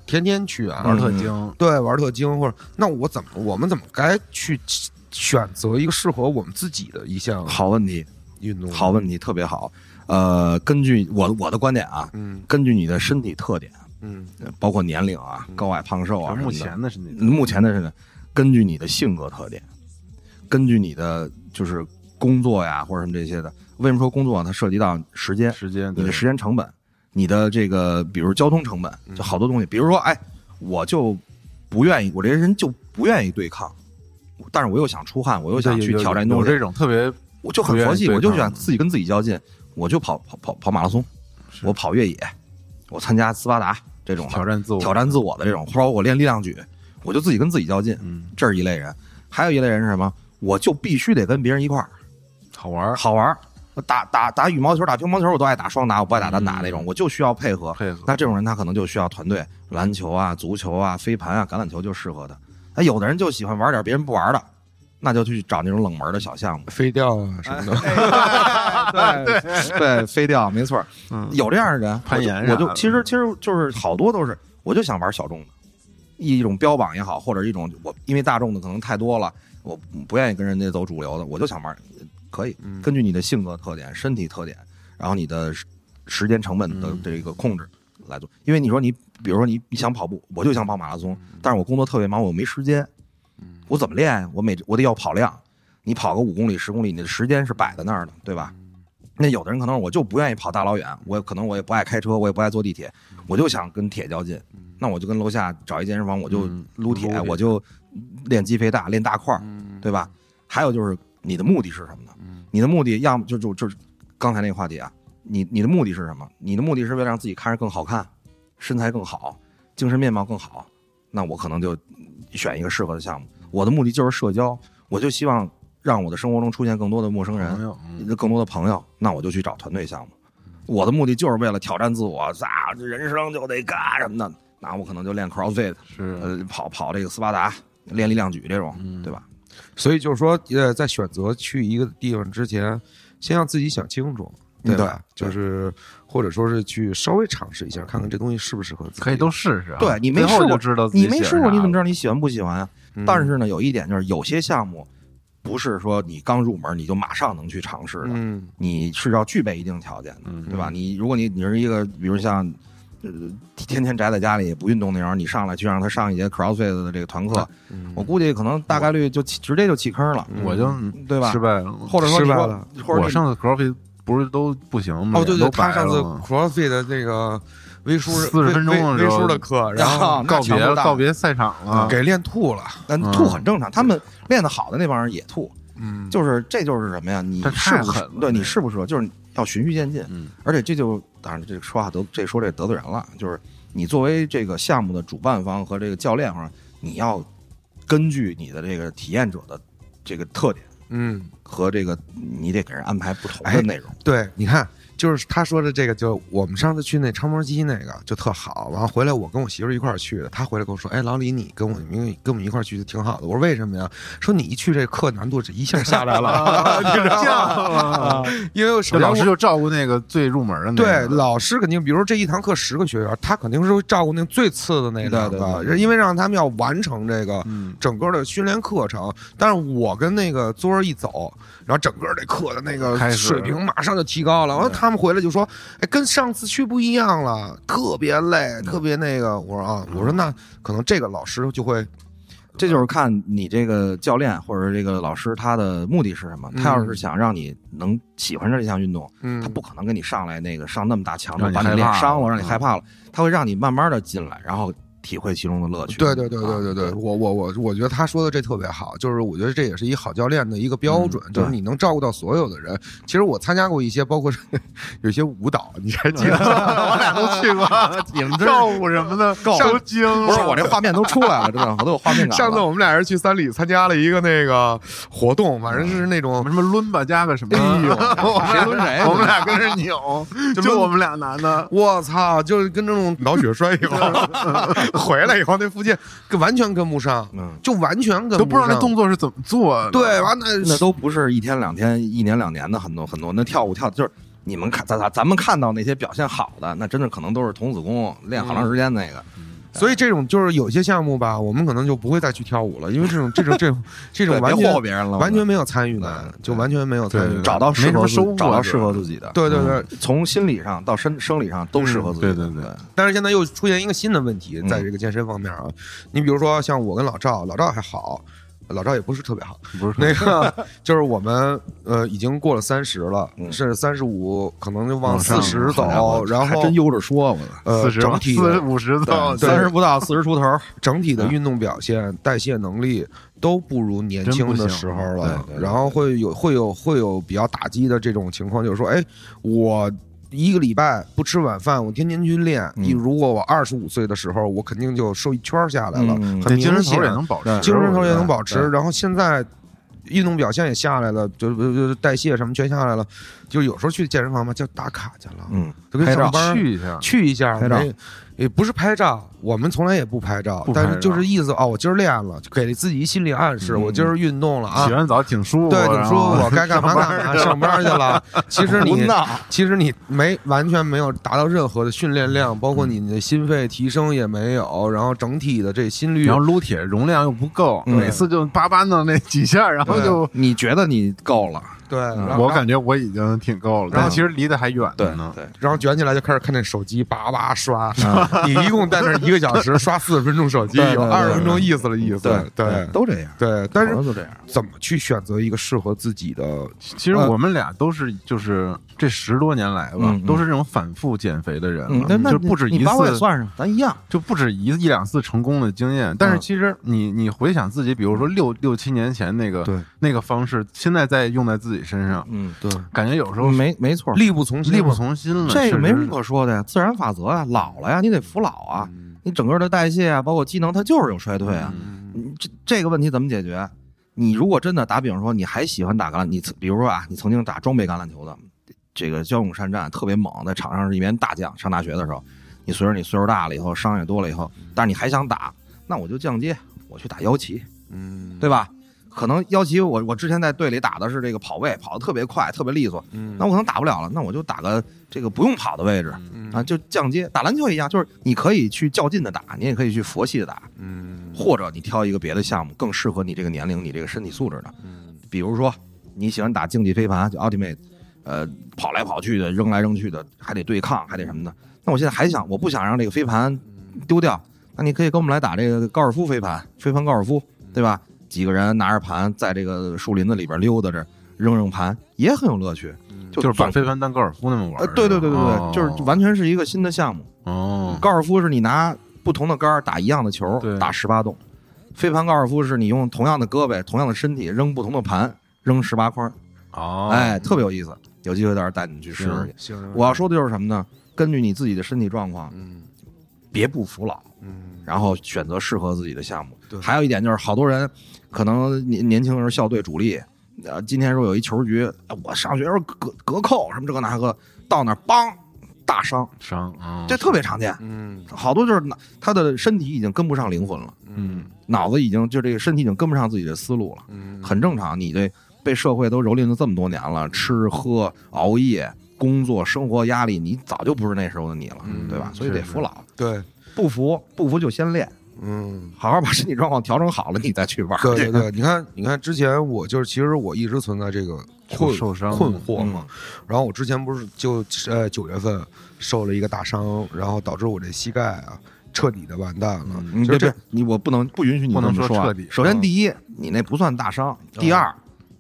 天天去啊，
玩
嗯
儿特精，
对，玩特精或者那我怎么我们怎么该去选择一个适合我们自己的一项
好问题，
运动？
好，问题，特别好。呃，根据我我的观点啊，
嗯
根据你的身体特点，
嗯
包括年龄啊、高矮胖瘦啊
而
什么
目
的，
前的是那
目前的是呢，根据你的性格特点，根据你的就是工作呀或者什么这些的。为什么说工作啊？它涉及到时间，
时间，
你
对
的时间成本，你的这个比如交通成本，
嗯
就好多东西。比如说，哎，我就不愿意，我这人就不愿意对抗，但是我又想出汗，我又想
对
去
有
挑战
有
东
这
西，
种特别
我就很
不愿意
佛系，
对
我就
抗
想自己跟自己较劲，我就跑跑跑跑马拉松，我跑越野，我参加斯巴达这种的
挑战自我，
挑战自我的这种，或者我练力量举，我就自己跟自己较劲，
嗯，
这是一类人。还有一类人是什么？我就必须得跟别人一块儿
好玩儿，
好玩儿。我打打打羽毛球、打乒乓球，我都爱打双打，我不爱打单打那种，我就需要配合。
配合
那这种人他可能就需要团队，篮球啊、足球啊、飞盘啊、橄榄球就适合他。那有的人就喜欢玩点别人不玩的，那就去找那种冷门的小 项目。
飞钓啊什
哎
么的，
对对对，飞钓没错儿，有这样的人，
攀岩
我就我就
啥的
其实其实就是好多都是，我就想玩小众的，一种标榜也好，或者一种我因为大众的可能太多了，我不愿意跟人家走主流的，我就想玩，可以
嗯
根据你的性格特点、身体特点，然后你的时时间成本
嗯
的这个控制来做。因为你说你，比如说你你想跑步，
嗯
我就想跑马拉松，但是我工作特别忙，我没时间，我怎么练呀？我每我得要跑量，你跑个五公里、十公里，你的时间是摆在那儿的，对吧？那有的人可能我就不愿意跑大老远，我可能我也不爱开车，我也不爱坐地铁，
嗯
我就想跟铁较劲。那我就跟楼下找一健身房，我就
嗯
撸铁，
撸铁嗯
我就练肌肥大，练大块儿，对吧？还有就是你的目的是什么呢？你的目的要么就就就是刚才那个话题啊，你你的目的是什么？你的目的是为了让自己看着更好看，身材更好，精神面貌更好，那我可能就选一个适合的项目。我的目的就是社交，我就希望让我的生活中出现更多的陌生人
朋，友，嗯
更多的朋友，那我就去找团队项目。我的目的就是为了挑战自我，啊，人生就得干什么的。那我可能就练 CrossFit，
是，
呃，跑跑这个斯巴达，练力量举这种，
嗯
对吧？
所以就是说，呃，在选择去一个地方之前，先让自己想清楚，对
嗯
吧？
对
就是或者说是去稍微尝试一下，看看这东西适不适合自己。
可以都试试啊。
对你没
最后
试过
就知道自己
你没
喜欢
试过，
啥
你怎么
了嗯
知道你喜欢不喜欢啊？但是呢，有一点就是有些项目不是说你刚入门你就马上能去尝试的，
嗯，
你是要具备一定条件的，
嗯
对吧？你如果你你是一个，比如像。呃，天天宅在家里也不运动那种，你上来就让他上一节 CrossFit 的这个团课，我估计可能大概率就起直接就起坑了，
嗯我就
嗯对吧
失败了，
或者说你
失败
说
了，
或者
我
你
上次 CrossFit 不是都不行吗？
哦，对对，
都
他
摆
上次
了吗
CrossFit 的那个微叔
40分钟的
微
时
微
候啊
叔的课，然后
啊那
告别
强度
了
大
告别赛场了，
给练吐了。
但
嗯
吐很正常，他们练得好的那帮人也吐，
嗯，
就是这就是什么呀？你
但
是
太
不
狠
是
了
对你是不是就是要循序渐进？
嗯
而且这就当然这个说话得这说这得罪人了，就是你作为这个项目的主办方和这个教练方，你要根据你的这个体验者的这个特点
嗯，
和这个，你得给人安排不同的内容。
对，你看，就是他说的这个，就我们上次去那超模机那个就特好，完了回来我跟我媳妇儿一块儿去的，她回来跟我说，哎，老李你跟我们跟我们一块儿去 就挺好的，我说为什么呀？说你一去这课难度这一下下来 了， 你知道吗？ 因为
啊这
首先
老师
我。
就照顾那个最入门的那
对
个，，
老师肯定，比如说这一堂课十个学员，他肯定是会照顾那最次的那两
对对
个，因为让他们要完成这个
嗯，
整个的训练课程。但是我跟那个昨儿一走，然后整个这课的那个
开始
水平马上就提高了。完了，他们回来就说：“哎，跟上次去不一样了，特别累，特别那个。”我说：“啊，我说那可能这个老师就会
这就是看你这个教练或者这个老师他的目的是什么。
嗯
他要是想让你能喜欢上这项运动，
嗯
他不可能跟你上来那个上那么大强度，
让你
把你
害
脸
怕
伤了，
了
嗯
让你害怕了，他会让你慢慢的进来，然后体会其中的乐趣。
对对对
啊
对对对，我我我我觉得他说的这特别好，就是我觉得这也是一好教练的一个标准，
嗯
就是
对
你能照顾到所有的人。其实我参加过一些，包括 有一些舞蹈，你还记得吗？我俩都 去过。
你们照顾什么的都精了，
不是我这画面都出来了，真的，我都有画面感了。
上次我们俩人去三里参加了一个那个活动，反正是那种
什么什么抡吧加个什么，
哎呦
我们俩
谁抡谁啊
我们俩跟着扭，就我们俩男的，
我操，就是跟这种脑血栓以后 回来以后，那附近跟完全跟不上，
嗯
就完全跟
都不知道那
上
动作是怎么做的，
对，完了
那都不是一天两天、一年两年的，很多很多。那跳舞跳就是你们看咱咱咱们看到那些表现好的，那真的可能都是童子功练好长时间那
嗯
个。
所以这种就是有些项目吧，我们可能就不会再去跳舞了，因为这种这种这种这种
对，别
完
霍霍
全
别人了，嗯
完全没有参与感
对，
就完全没有参与
对
感。
找到适合
没
自
什么收获
找到适合自己的。嗯
对对对，
从心理上到生生理上都适合自己。
嗯对对对
但是现在又出现一个新的问题，
嗯
在这个健身方面啊，你比如说像我跟老赵，老赵还好，老赵也不是特 别好，
不是
那个就是我们呃已经过了三十了，
嗯
甚至三十五，可能就往
往
四
上
十
好家
走
伙，
然
还
后
真悠着说，我操
呃
四十
整
吧
体
四
的
五十到
对
三十不到，四十出头儿。 嗯
整体的运动表现、代谢能力都不如年轻的时候
真
了
不行对对，对
然后会有会有会有比较打击的这种情况，就是说，哎，我。一个礼拜不吃晚饭，我天天去练。
嗯
你如果我二十五岁的时候，我肯定就瘦一圈儿下来了，
嗯
很
那精
明
神头
显
儿也，能保持，
精神头儿也能保
对
持。然后现在运动表现也下来了，就就就代谢什么全下来了，就有时候去健身房嘛，就打卡去了，
嗯，
就跟
拍照
上班儿
去一下，
去一下，
啊拍照
没也不是拍照，我们从来也不拍照，
不拍照
但是就是意思哦，我今儿练了，就给自己一心理暗示，
嗯
我今儿运动了啊
洗。完澡挺舒服，
对，你
然
说
后
我该干嘛干嘛，上班去了。其实
胡
你
闹
其实你没完全没有达到任何的训练量，包括你的心肺提升也没有，然后整体的这心率
然后撸铁容量又不够，
嗯
每次就叭叭弄那几下，然后就
你觉得你够了，
对，然后
我感觉我已经挺够了，
然后
但其实离得还远着呢。
对，
然后卷起来就开始看那手机叭叭刷， 你一共在那儿一个小时刷四十分钟手机，
对对
有
对
二十分钟意思了意思，对
都这样，
对，但
好
是
像都这样。
怎么去选择一个适合自己的？
其实我们俩都是，就是这十多年来吧
嗯，嗯
都是这种反复减肥的人
嗯，
了，
那那
就不止
你
一
把我也
次，
算上，咱一样。
就不止一一两次成功的经验。但是
嗯
其实你你回想自己，比如说六六七年前那
对
个那个方式，现在再用在自己身上，
嗯，
对，
感觉有时候
没没错，
力不从心，
力不。从心了。
这
确
个
实
没什么
是
可说的呀，自然法则啊，老了呀，你得服老啊，你整个的代谢啊，包括机能，它就是有衰退啊。你这这个问题怎么解决？啊你如果真的打比方说，你还喜欢打橄榄，你曾比如说啊，你曾经打装备橄榄球的，这个骁勇善战，特别猛，在场上是一员大将。上大学的时候，你随着你岁数大了以后，伤也多了以后，但是你还想打，那我就降阶，我去打腰旗，嗯，对吧？可能腰旗我我之前在队里打的是这个跑位，跑得特别快，特别利索，那我可能打不了了，那我就打个这个不用跑的位置啊，就降阶。打篮球一样，就是你可以去较劲的打，你也可以去佛系的打，嗯，或者你挑一个别的项目更适合你这个年龄、你这个身体素质的，嗯，比如说你喜欢打竞技飞盘，就 Ultimate，呃，跑来跑去的，扔来扔去的，还得对抗，还得什么的。那我现在还想，我不想让这个飞盘丢掉，那你可以跟我们来打这个高尔夫飞盘，飞盘高尔夫，对吧？几个人拿着盘在这个树林子里边溜达着，扔扔盘也很有乐趣。就
就是把
总
飞盘当高尔夫那么玩
呃
儿，，
对对对对
哦
对，就是完全是一个新的项目。
哦，
高尔夫是你拿不同的杆儿打一样的球
对，
打十八洞；飞盘高尔夫是你用同样的胳膊、同样的身体扔不同的盘，扔十八块儿。
哦，
哎，特别有意思。有机会到时候带你们去试试去。
行，
我要说的就是什么呢？根据你自己的身体状况，嗯，别不服老，嗯，然后选择适合自己的项目。
对
还有一点就是，好多人可能年年轻人校队主力，呃，今天说有一球局，哎我上学时候隔隔扣什么这个那个，到那儿梆大伤，
伤，嗯
这特别常见。
嗯
好多就是脑他的身体已经跟不上灵魂了，
嗯，
脑子已经就这个身体已经跟不上自己的思路了，
嗯，
很正常。你这被社会都蹂躏了这么多年
嗯
了，吃喝熬夜。工作、生活压力，你早就不是那时候的你了，
嗯
对吧？所以
是
得
是
服老，
对，
不服不服就先练，
嗯。
好好把身体状况调整好 了，你再去玩。
对对对，你看，你看，之前我就是，其实我一直存在这个困
受伤
困
了
惑嘛。嗯然后我之前不是就呃九月份受了一个大伤，然后导致我这膝盖啊彻底的完蛋
嗯
了。
你
其
别
实这
别，嗯你我不能不允许你
不能
这么
说
啊
彻底嗯
首先，第一，你那不算大伤；第二，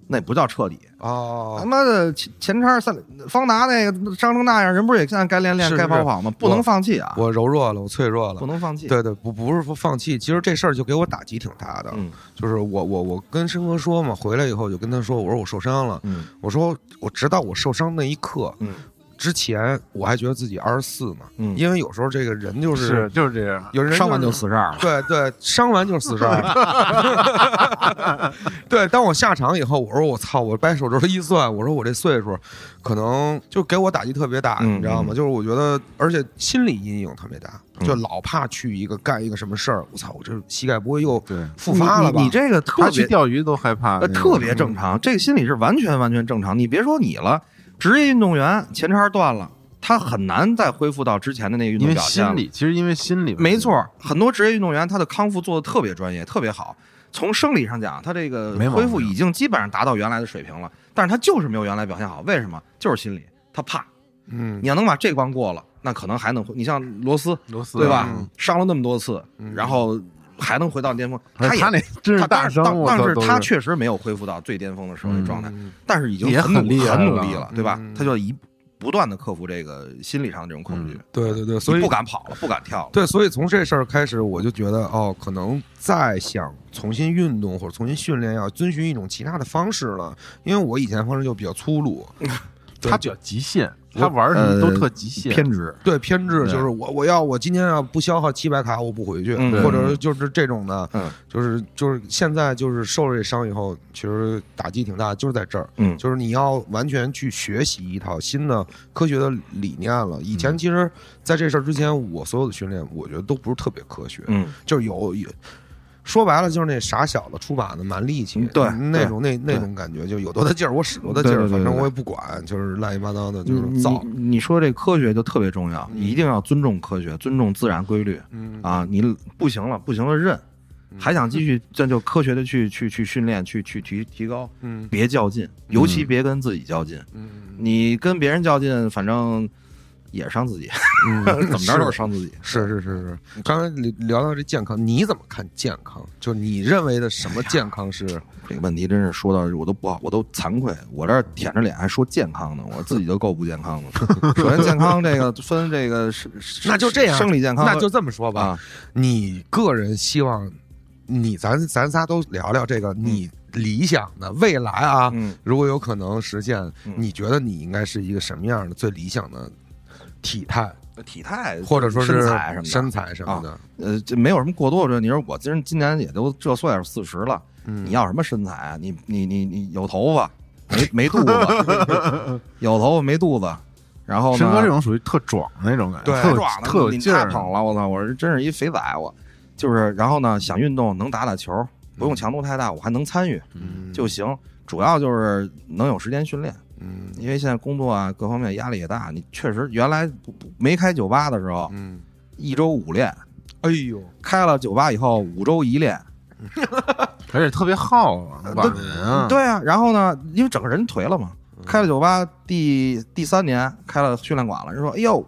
那不叫彻底。他
哦，
妈的前前叉三方达那个伤成那样，人不是也现在该练练
是
该
是
跑跑吗？不能放弃啊，
我柔弱了，我脆弱了
不。能放弃。
对对，不不是说放弃，其实这事儿就给我打击挺大的。
嗯
就是我我我跟申哥说嘛，回来以后就跟他说，我说我受伤了，
嗯
我说我直到我受伤那一刻
嗯
之前，我还觉得自己二十四呢，
嗯
因为有时候这个人就是
是就是这样，
有人
上完
是
就四十二了。
对对，伤完就是死伤。 对，当我下场以后，我说我操，我掰手指头一算，我说我这岁数，可能就给我打击特别大，
嗯
你知道吗？就是我觉得，而且心理阴影特别大，
嗯
就老怕去一个干一个什么事儿，我操，我这膝盖不会又
对，
复发了吧？
你你这个特
他去
别
钓鱼都害怕
呃，特
嗯
别正常，这个心理是完全完全正常。你别说你了，职业运动员前叉断了，他很难再恢复到之前的那个运
嗯因
动
为
表现了
心。理，其实因为心理，
没错，很多职业运动员他的康复做的特别专业，特别好。从生理上讲，他这个
没毛病
恢复已经基本上达到原来的水平了，但是他就是没有原来表现好。为什么？就是心理，他怕。
嗯，
你要能把这关过了，那可能还能回。你像罗斯，
螺丝
对吧？
嗯
伤了那么多次，然后还能回到巅峰，也
他那真是
他
大
但是
伤，
但
我
但
操
是
都嗯
他确实没有恢复到最巅峰的时候的状态，但是已经
也
很努
很厉害
很努
了
力了，对吧？
嗯
他就一不断的克服这个心理上的这种恐
嗯
惧，
对对对，所以
你不敢跑了，不敢跳了。
对，所以从这事儿开始，我就觉得哦，可能再想重新运动或者重新训练，要遵循一种其他的方式了，因为我以前的方式就比较粗鲁，
他比较极限，他玩什么都特极限，
偏执，
对偏执，就是我我要我今天要不消耗七百卡，我不回去，
嗯
或者就是这种的，
嗯
就是就是现在就是受了这伤以后，其实打击挺大，就是在这儿，
嗯
就是你要完全去学习一套新的科学的理念了。以
嗯
前其实在这事儿之前，我所有的训练，我觉得都不是特别科学，
嗯，
就是有有。说白了就是那傻小子出把子蛮力气，
嗯对
那种那那种感觉，就有多大劲儿我使多大劲儿，
对对对
反正
对
我也不管，就是乱七八糟的，就
你
是造。
你你说这科学就特别重要，一定要尊重科学，尊重自然规律。
嗯
啊，你不行了，不行了认。还想继续，这就科学的去去去训练，去去提提高，
嗯
别较劲，尤其别跟自己较劲。
嗯，
你跟别人较劲，反正也伤 自己，怎么着都是伤自己。
是是是是。刚才聊聊到这健康，你怎么看健康？就是你认为的什
哎
么健康是？
这个问题真是说到我都不好，我都惭愧。我这儿舔着脸还说健康呢，我自己就够不健康 了。首先，健康这个分这个是，是
那就这样，
生理健康和，
那就这么说吧。
啊，
你个人希望，你咱咱仨都聊聊这个，你理想的未来啊，
嗯，
如果有可能实现，
嗯
你觉得你应该是一个什么样的最理想的体态，
体态
或者说是
身材什么的，
嗯身材什么的？啊
呃，这没有什么过多的。你说我今今年也都这岁数四十了，
嗯
你要什么身材啊？你你你你有头发没没肚子？ 有头发没肚子？然后呢？
申哥这种属于特壮那种感觉，
对
特有
壮的，
特有
你
劲
太
儿，
捧了，我操！我是真是一肥仔，啊我就是。然后呢，想运动能打打球，不
嗯
用强度太大，我还能参与就行。主要就是能有时间训练，
嗯
因为现在工作啊各方面压力也大，你确实原来不不没开酒吧的时候，
嗯，
一周五练，
哎呦，
开了酒吧以后五周一练，
而且特别耗啊，晚人
嗯
啊，
呃对啊，然后呢，因为整个人颓了嘛，开了酒吧第第三年开了训练馆了，人说：“哎呦，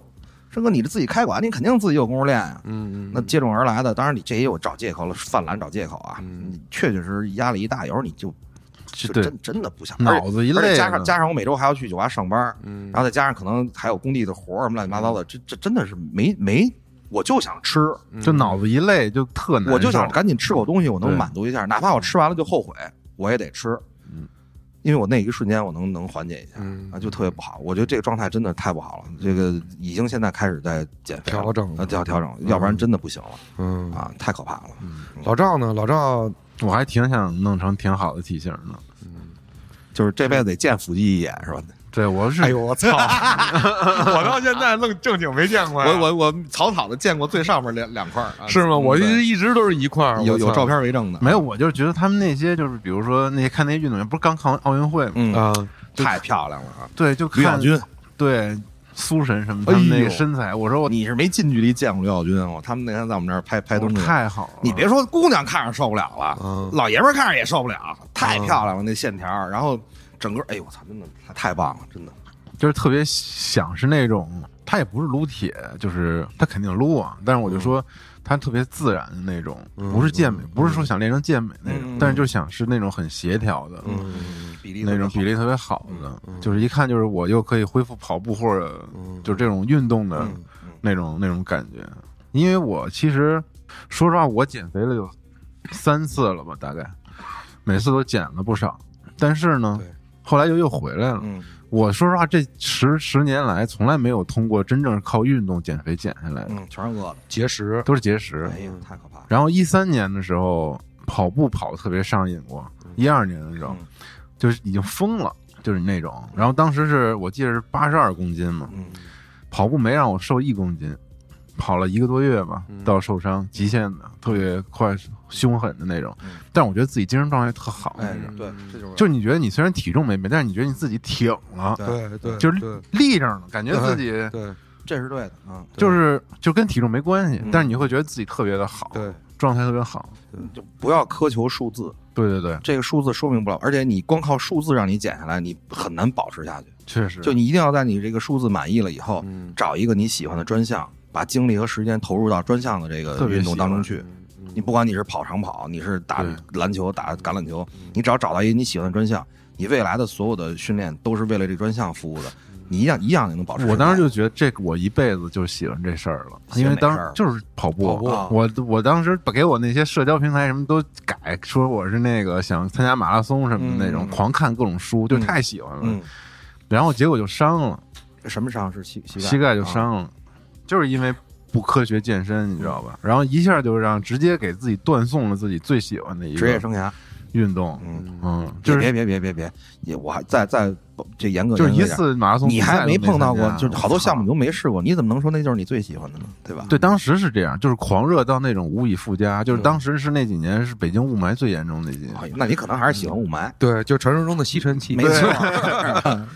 生哥，你这自己开馆，你肯定自己有功夫练呀、
嗯
那接踵而来的，当然你这也有找借口了，犯懒找借口啊。
嗯
你确确实实压力一大，有时候你就
这
就
对
真真的不想，
脑子一
而且而且
累
加
呢
上加上我每周还要去酒吧上班，
啊嗯
然后再加上可能还有工地的活儿什么乱七八糟的，这这真的是没没，我就想吃，
就脑子一累就特
嗯
难受，
嗯我就想赶紧吃口东西，我能
对
满足一下，哪怕我吃完了就后悔，我也得吃，因为我那一瞬间我能能缓解一下
嗯
啊，就特别不好。我觉得这个状态真的太不好了，这个已经现在开始在减肥了
调整了
啊，调调整了，要不然真的不行了
嗯，
啊，太可怕了。
老赵呢？老赵
我还挺想弄成挺好的体型呢。
就是这辈子得见腹肌一眼 是吧？
对，我是
哎呦，我 操！我到现在愣正经没见过哎呀，
我我草草的见过最上面两两块儿啊
是吗？我
嗯对
一一直都是一块儿，
有有
我操
照片为证的，
没有，我就是觉得他们那些就是，比如说那些看那些运动员，不是刚看完奥运会吗？
嗯
啊？
太漂亮了啊！
对，就
吕小
看
军，
对苏神什么他们
哎
那
呦
个身材，我说我
你是没近距离见过吕小军啊？我他们那天在我们那儿拍拍
我
东西，
太好了，
你别说姑娘看着受不了了，
嗯
老爷们儿看着也受不了，太
嗯
漂亮了那线条儿，然后整个，哎呦我操，真的太太棒了，真的。
就是特别想是那种，他也不是撸铁，就是他肯定撸啊，但是
嗯
我就说他特别自然的那种，不是健美，不是说想练成健美那
嗯
种，但是就想是那种很协调的，
比例
嗯那种比
例，
例特别好
嗯
的，就是一看就是我又可以恢复跑步或者就是这种运动的
嗯
那种那种感觉。因为我其实说实话，我减肥了有三次了吧，大概每次都减了不少，但是呢
对，
后来又又回来了。
嗯，
我说实话，这十十年来从来没有通过真正靠运动减肥减下来的，
嗯，全是饿的，
节食，
都是节食。
哎呦，太可怕了。
然后一三年的时候跑步跑得特别上瘾过，一二年的时候
嗯
就是已经疯了，就是那种。然后当时是我记得是八十二公斤嘛，
嗯，
跑步没让我瘦一公斤，跑了一个多月吧，
嗯
到受伤极限的，特别快、凶狠的那种
嗯。
但我觉得自己精神状态特好，
哎
嗯
那，种
对，这就是
就你觉得你虽然体重没变，但是你觉得你自己挺了，
对对，
就是
对
立正了，感觉自己。
对
这是对的啊，
就是是就跟体重没关系
嗯，
但是你会觉得自己特别的好，
对，
状态特别好。
就不要苛求数字，
对对对，
这个数字说明不了，而且你光靠数字让你减下来，你很难保持下去。
确实，
就你一定要在你这个数字满意了以后，
嗯
找一个你喜欢的专项，把精力和时间投入到专项的这个
特别
运
喜
动
欢嗯
当中去。你不管你是跑长跑，你是打
对
篮球、打橄榄球，你只要找到一个你喜欢的专项，你未来的所有的训练都是为了这个专项服务的，你一样一样也能保持下来。
嗯我当时就觉得这个我一辈子就喜欢这事儿了，
喜欢
因为
哪
当
事儿
时就是跑步，
跑步啊
我我当时给我那些社交平台什么都改，说我是那个想参加马拉松什么的那种，
嗯
狂看各种书，就
嗯
太喜欢了。
嗯，
然后结果就伤了，
什么伤是膝膝盖？
膝盖就
啊。
伤了，就是因为不科学健身，你知道
嗯
吧？然后一下就让直接给自己断送了自己最喜欢的一
职业
个
生涯，
运动，
嗯
嗯，就
别
是
别别别别别，也我还再再这严格
就是
严格
一
点
次马拉松比
你
赛都没参
还没
加，
碰到过，就是好多
我操
项目你都没试过，你怎么能说那就是你最喜欢的呢？对吧？
对，当时是这样，就是狂热到那种无以复加，就是
嗯
当时是那几年是北京雾霾最严重的几年，
哎呦那你可能还是喜欢雾霾，
对，就传说中的吸尘器，
没错。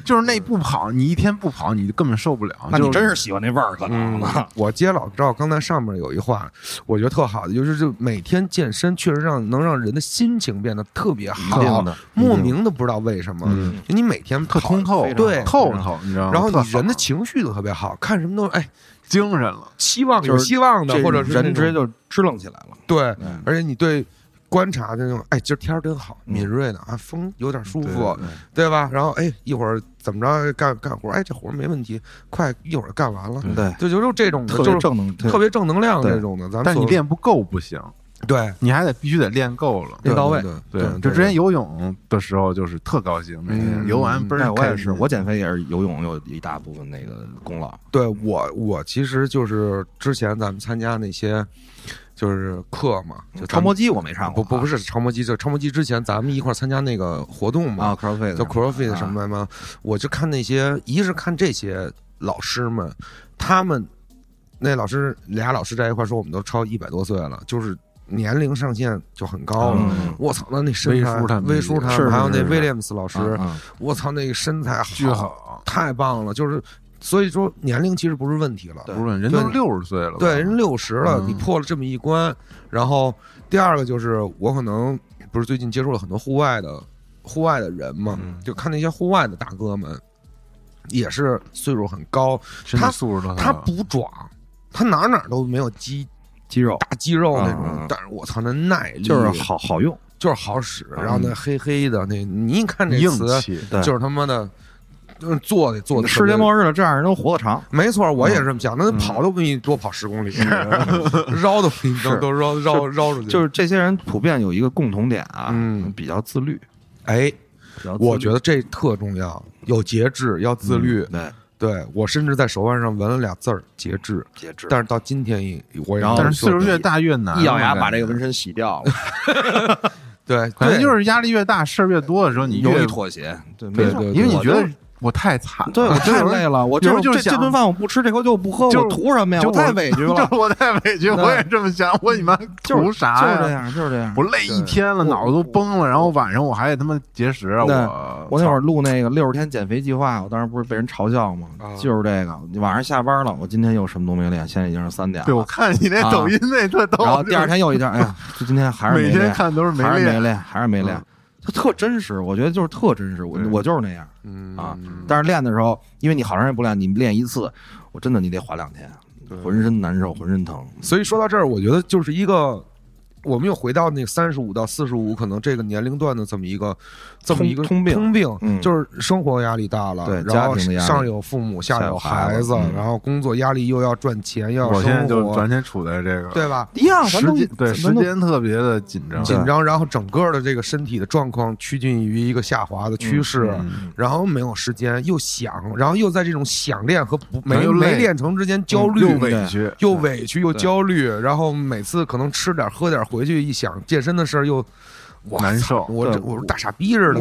就是那不跑，你一天不跑，你根本受不了。
嗯那你
就
真是喜欢那味儿，可能啊
嗯，我接老赵刚才上面有一话，我觉得特好的，就是就每天健身确实让能让人的心情变得特别
一定
好
的，
莫名的不知道为什么，
嗯
你每天
特
跑
通透，
对
透透，你知道吗？
然后
特
你
爽
人的情绪都特别好，看什么都哎，
精神了，
希望
就
有
是
希望的，
这
或者是那
人
种
直接就支棱起来了。
对
嗯，
而且你对观察的那种，哎，今儿天儿真好，敏锐的啊，风有点舒服，对吧？然后哎，一会儿怎么着干干活，哎，这活儿没问题，快一会儿干完了，
对，
就就就这种
嗯
的，
特
嗯就
别
是
正能，
特别正能量
对
这种的。咱们
但是你
所
练不够不行，
对
你还得必须得练够了。
练到位，
对
对，就之前游泳的时候就是特高兴，每天
嗯
游完倍
那
儿
哎我也
开
是，
心
我减肥也是游泳有一大部分那个功劳。
对我我其实就是之前咱们参加那些就是课嘛，就咱
超
们
模机我没上
嗯不
过啊，
不不是超模机，就超模机之前咱们一块儿参加那个活动嘛
啊，，CrossFit
叫 CrossFit
啊
什么的吗？我就看那些，一是看这些老师们，他们那老师俩老师在一块说，我们都超一百多岁了，就是年龄上限就很高了。
嗯
我操，那那身材，
威叔他们
威叔他
是
们，
是
还有
是
那
是
威廉姆斯老师，
啊
我操，那个身材
巨
好，
好，
太棒了！就是所以说，年龄其实不是问题了，
对
不是人都
对
六十岁了吧，
对，人六十了，
嗯
你破了这么一关。然后第二个就是，我可能不是最近接触了很多户外的户外的人嘛，
嗯
就看那些户外的大哥们，也是岁数很高，
身
他
体素质
啊
都很
他
好
不壮，他哪哪都没有肌
肌肉
大肌肉那种，
嗯嗯嗯
但是我操，那耐力
就是好好用，
就是好使，然后那黑黑的那，你一看这
硬
词
气，
对
就是他妈的，嗯，做的做的
世界末日了，这样人能活得长。
没错，我也是这么想。那跑都不比你多跑十公里， 绕都比你都
是
都绕绕绕出去。
就是这些人普遍有一个共同点啊，
嗯
比较自律。
哎，
比较自律嗯
我觉得这特重要，有节制，要自律。
对
对我甚至在手腕上纹了俩字儿“节制
节”，制，
但是到今天也我也
然后
但是岁数
哦就
越大越难，
一咬牙
我感
把这个
觉
纹身洗掉 了，
对，
可能就是是压力越大，事儿越多的时候，你
容
越
易妥协，对，没
对
事
对，
因为你
我
觉得
就
我太惨 了，
对哎我太累了，我这
有时候就是
这这
想
顿饭我不吃，这口酒我不喝，
就
我
是
图什么呀？
就
我太委 屈了
就，我太委屈，
对
我也这么想，我你妈
就是
图啥
就是这
呀？
样，就是这样。
我累一天了，脑子都崩了，然后晚上我还得他妈节食，啊
对
我
啊我那会儿录那个六十天减肥计划，我当时不是被人嘲笑吗？
啊
就是这个，晚上下班了，我今天又什么都没练，现在已经是三点
对我
了。
看你那
啊
抖音那特逗，
然后第二天又一天，哎呀，就今天还是没
每天
练，
看都是没
还是没
练，嗯
练，还是没练，就特真实。我觉得就是特真实，我
对嗯
我就是那样啊。但是练的时候，因为你好长时间不练，你练一次，我真的你得缓两天，浑身难受，浑身疼。
所以说到这儿，我觉得就是一个。我们又回到那三十五到四十五，可能这个年龄段的这么一个，这么一个
通通病
通病，
嗯
就是生活压力大了，
对
然
家
后
庭的压力
上有父母，下有孩子，
下有孩子嗯嗯
然后工作压力又要赚钱，又要
我
生活，
现在就完全处在这个
对吧？
一样，咱
时
都
间对
咱
时
都
间特别的紧张，
紧张，然后整个的这个身体的状况趋近于一个下滑的趋势，
嗯
然后没有时间，又想，然后又在这种想练和不没
然后又累
没练成之间焦虑，
嗯
又委屈，
又委屈又焦虑，然后每次可能吃点儿喝点儿回去一想健身的事儿又，我
难
操
受
我这
对
我是大傻逼似的，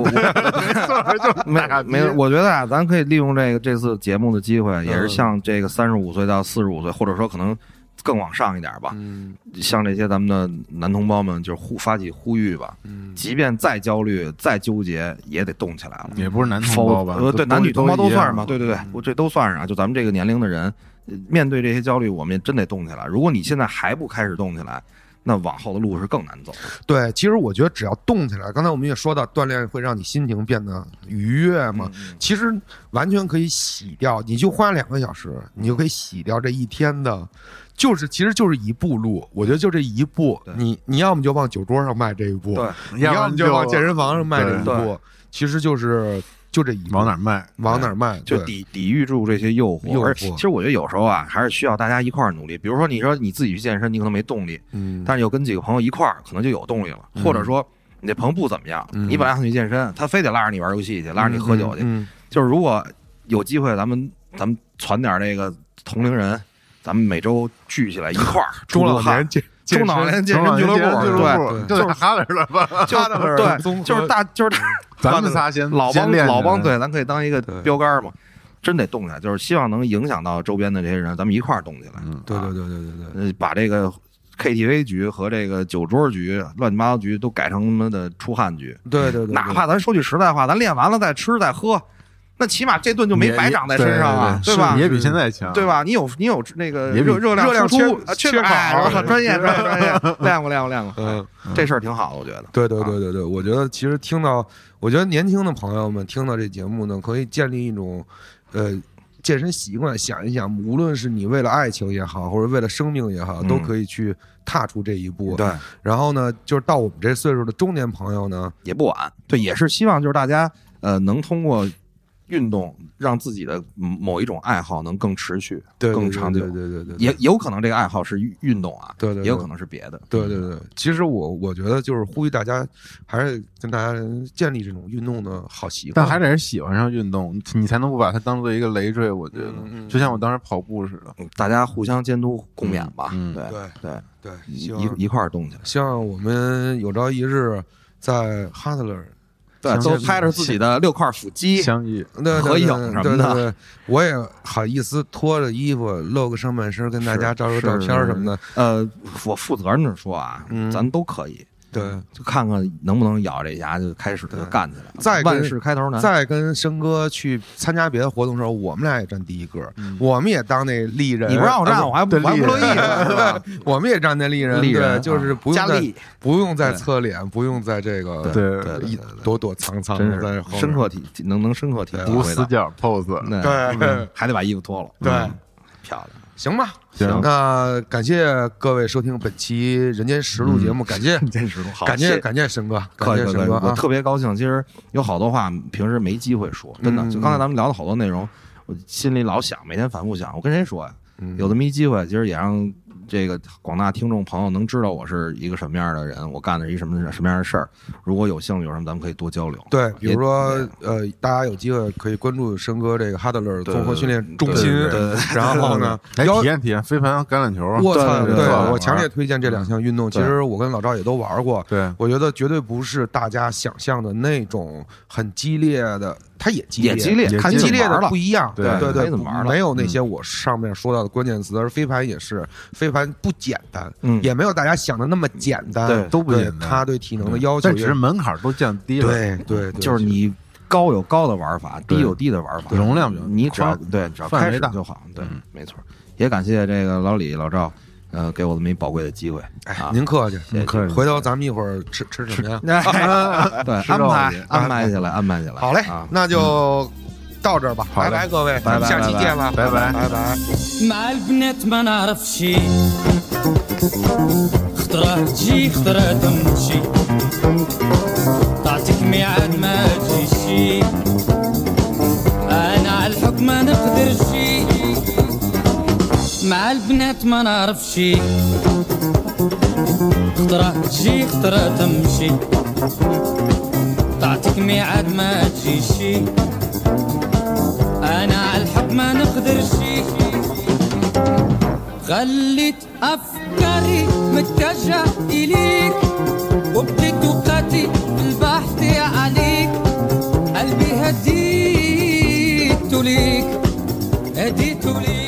没
大
没有，我觉得啊，咱可以利用这个这次节目的机会，也
嗯
是向这个三十五岁到四十五岁，或者说可能更往上一点吧，
嗯
向这些咱们的男同胞们就是呼发起呼吁吧，
嗯，
即便再焦虑、再纠结，也得动起来了。
也不是男同
否
胞吧？
呃，对，
都
男女同胞都
一样嗯
算是嘛，对对对，我这都算是啊。就咱们这个年龄的人，呃面对这些焦虑，我们也真得动起来。如果你现在还不开始动起来，那往后的路是更难走的。
对，其实我觉得只要动起来，刚才我们也说到，锻炼会让你心情变得愉悦
嗯
嘛。
嗯
其实完全可以洗掉，你就花两个小时，你就可以洗掉这一天的，就是其实就是一步路。我觉得就这一步
对，
你你要么就往酒桌上迈这一步，
对，
你要么就往健身房上迈这一
对
步，其实就是就这一步
往哪儿迈？
往哪儿迈，
就
对
抵抵御住这些诱惑。
诱惑
而其实我觉得有时候啊，还是需要大家一块儿努力。比如说，你说你自己去健身，你可能没动力，
嗯，
但是有跟几个朋友一块儿，可能就有动力了。或者说，你这朋友不怎么样，你本来想去健身，他非得拉着你玩游戏去，拉着你喝酒去。
嗯，
就是如果有机会，咱们咱们攒点这个同龄人，咱们每周聚起来一块儿
中老
出出汗
年健
中老年健身俱乐
中老
部，
年健身
对，
部就在哈德尔吧，
就
哈德尔
对，
综合
就是大就是大
嗯
咱们仨先
老
先
帮
练着
老帮，对，咱可以当一个
对
标杆嘛。真得动起来，就是希望能影响到周边的这些人，咱们一块儿动起来。啊
嗯，
对对对对对对，
呃，把这个 KTV 局和这个酒桌局、乱七八糟局都改成他妈的出汗局。
对对对，
哪怕咱说句实在话，咱练完了再吃再喝，那起码这顿就没
也
白长在身上啊，
对对对
吧
是？也比现在强，
对？吧？你有你有那个
也比
热热量
热量
输出
缺
啊缺
缺口
哎我操，专业专业专业，练过练过练过，
嗯，
这事儿挺好的，我觉得。
对对对对对，我觉得其实听到，我觉得年轻的朋友们听到这节目呢，可以建立一种，呃，健身习惯。想一想，无论是你为了爱情也好，或者为了生命也好，都
嗯
可以去踏出这一步。
对，
然后呢，就是到我们这岁数的中年朋友呢，
也不晚。对，也是希望就是大家呃能通过运动让自己的嗯某一种爱好能更持续、
对
更长久
对。对对对，
也有可能这个爱好是运运动啊，
对对对
也有可能是别的。
对对对。其实我我觉得就是呼吁大家，还是跟大家建立这种运动的好习惯。
但还得是喜欢上运动，你才能不把它当做一个累赘。我觉得
嗯，嗯
就像我当时跑步似的，
嗯大家互相监督共勉吧。
嗯嗯
对
对
对，
对，
一
希望
一一块儿动起来。
希望我们有朝一日在哈特勒尔
对，
相
都
信
拍着自己的六块腹肌，
相遇
那
合影什么
对对
的
对，我也好意思脱着衣服露个上半身跟大家
是
照照
是
照片儿什么的。
呃，我负责任的说啊，
嗯
咱都可以，
对，
就看看能不能咬这牙就开始就
对
干起来。
再跟
万事开头难，
再跟申哥去参加别的活动的时候，我们俩也占第一个，我们也当那丽人。
嗯你不 让我
啊
站，我还不
对
我还不
立
乐意呢，是吧？
对， 我们也站那丽人，
丽人
对，就是不
加
用再
力，
不用再
对
侧脸，不用在这个
对
对
一躲躲藏藏
真
的在
是
后面
深刻体能能深刻体
无
会
死
到，
角 pose，
对
对
还得把衣服脱了，
对
嗯，，漂亮，
行吧，
行
那感谢各位收听本期《人间实
嗯
录》节目，感谢
真是好
感
谢
谢
谢
感谢申哥，感
可以
谢
可以，
申哥
我
啊，
特别高兴。其实有好多话平时没机会说，真的。
嗯
就刚才咱们聊的好多内容，我心里老想，每天反复想，我跟谁说呀？啊
嗯
有这么一机会，其实也让这个广大听众朋友能知道我是一个什么样的人，我干的是一什么什么样的事儿。如果有兴趣，有什么咱们可以多交流。
对，比
也
如说
对
呃，大家有机会可以关注申哥这个哈德勒
对
综合训练中心
对对对对，
然后 呢，
来
腰
哎体验体验飞盘橄榄球啊，
我操，
对对对对
对
对
我强烈推荐这两项运动。其
对
实我跟老赵也都玩过，
对，
我觉得绝对不是大家想象的那种很激烈的，它也激烈，
也激烈，
也
看
看
你
激
怎么
烈
玩
的
了
不。一样，
对
看
对对，
你怎么玩
不
了嗯
没有那些我上面说到的关键词，而飞盘也是，飞盘不简单，
嗯
也没有大家想的那么简单，
对
都不
对
简单
它对体能
嗯
的要求
但
也，
只是门槛都降低了，
对对，对
就是你高有高的玩法，低有低的玩法，
对容量比较
你只要
宽
对只要
范围
开始
大
就好，对
嗯，
没错。也感谢这个老李老赵，呃，给我这么一宝贵的机会啊。
哎您客气，
您客
气
回头咱们一会儿吃吃什么呀？
对， 安排安排起来，安排起来。
好嘞
啊，
那就到这儿吧，
好
拜
嘞
拜各位，
拜拜
下期
拜拜
见了，
拜拜
拜拜。
مع البنات ما نعرف شي خطرة تجي خطرة تمشي تعطيك ميعاد ما تجيش انا على الحكم ما نقدر شي مع البنات ما نعرف شي خطرة تجي خطرة تمشي تعطيك ميعاد ما تجيش انا على الحب ما نقدر شي خليت افكاري متجهه اليك وبديت وقتي بالبحث عليك قلبي هديت ليك هديت ليك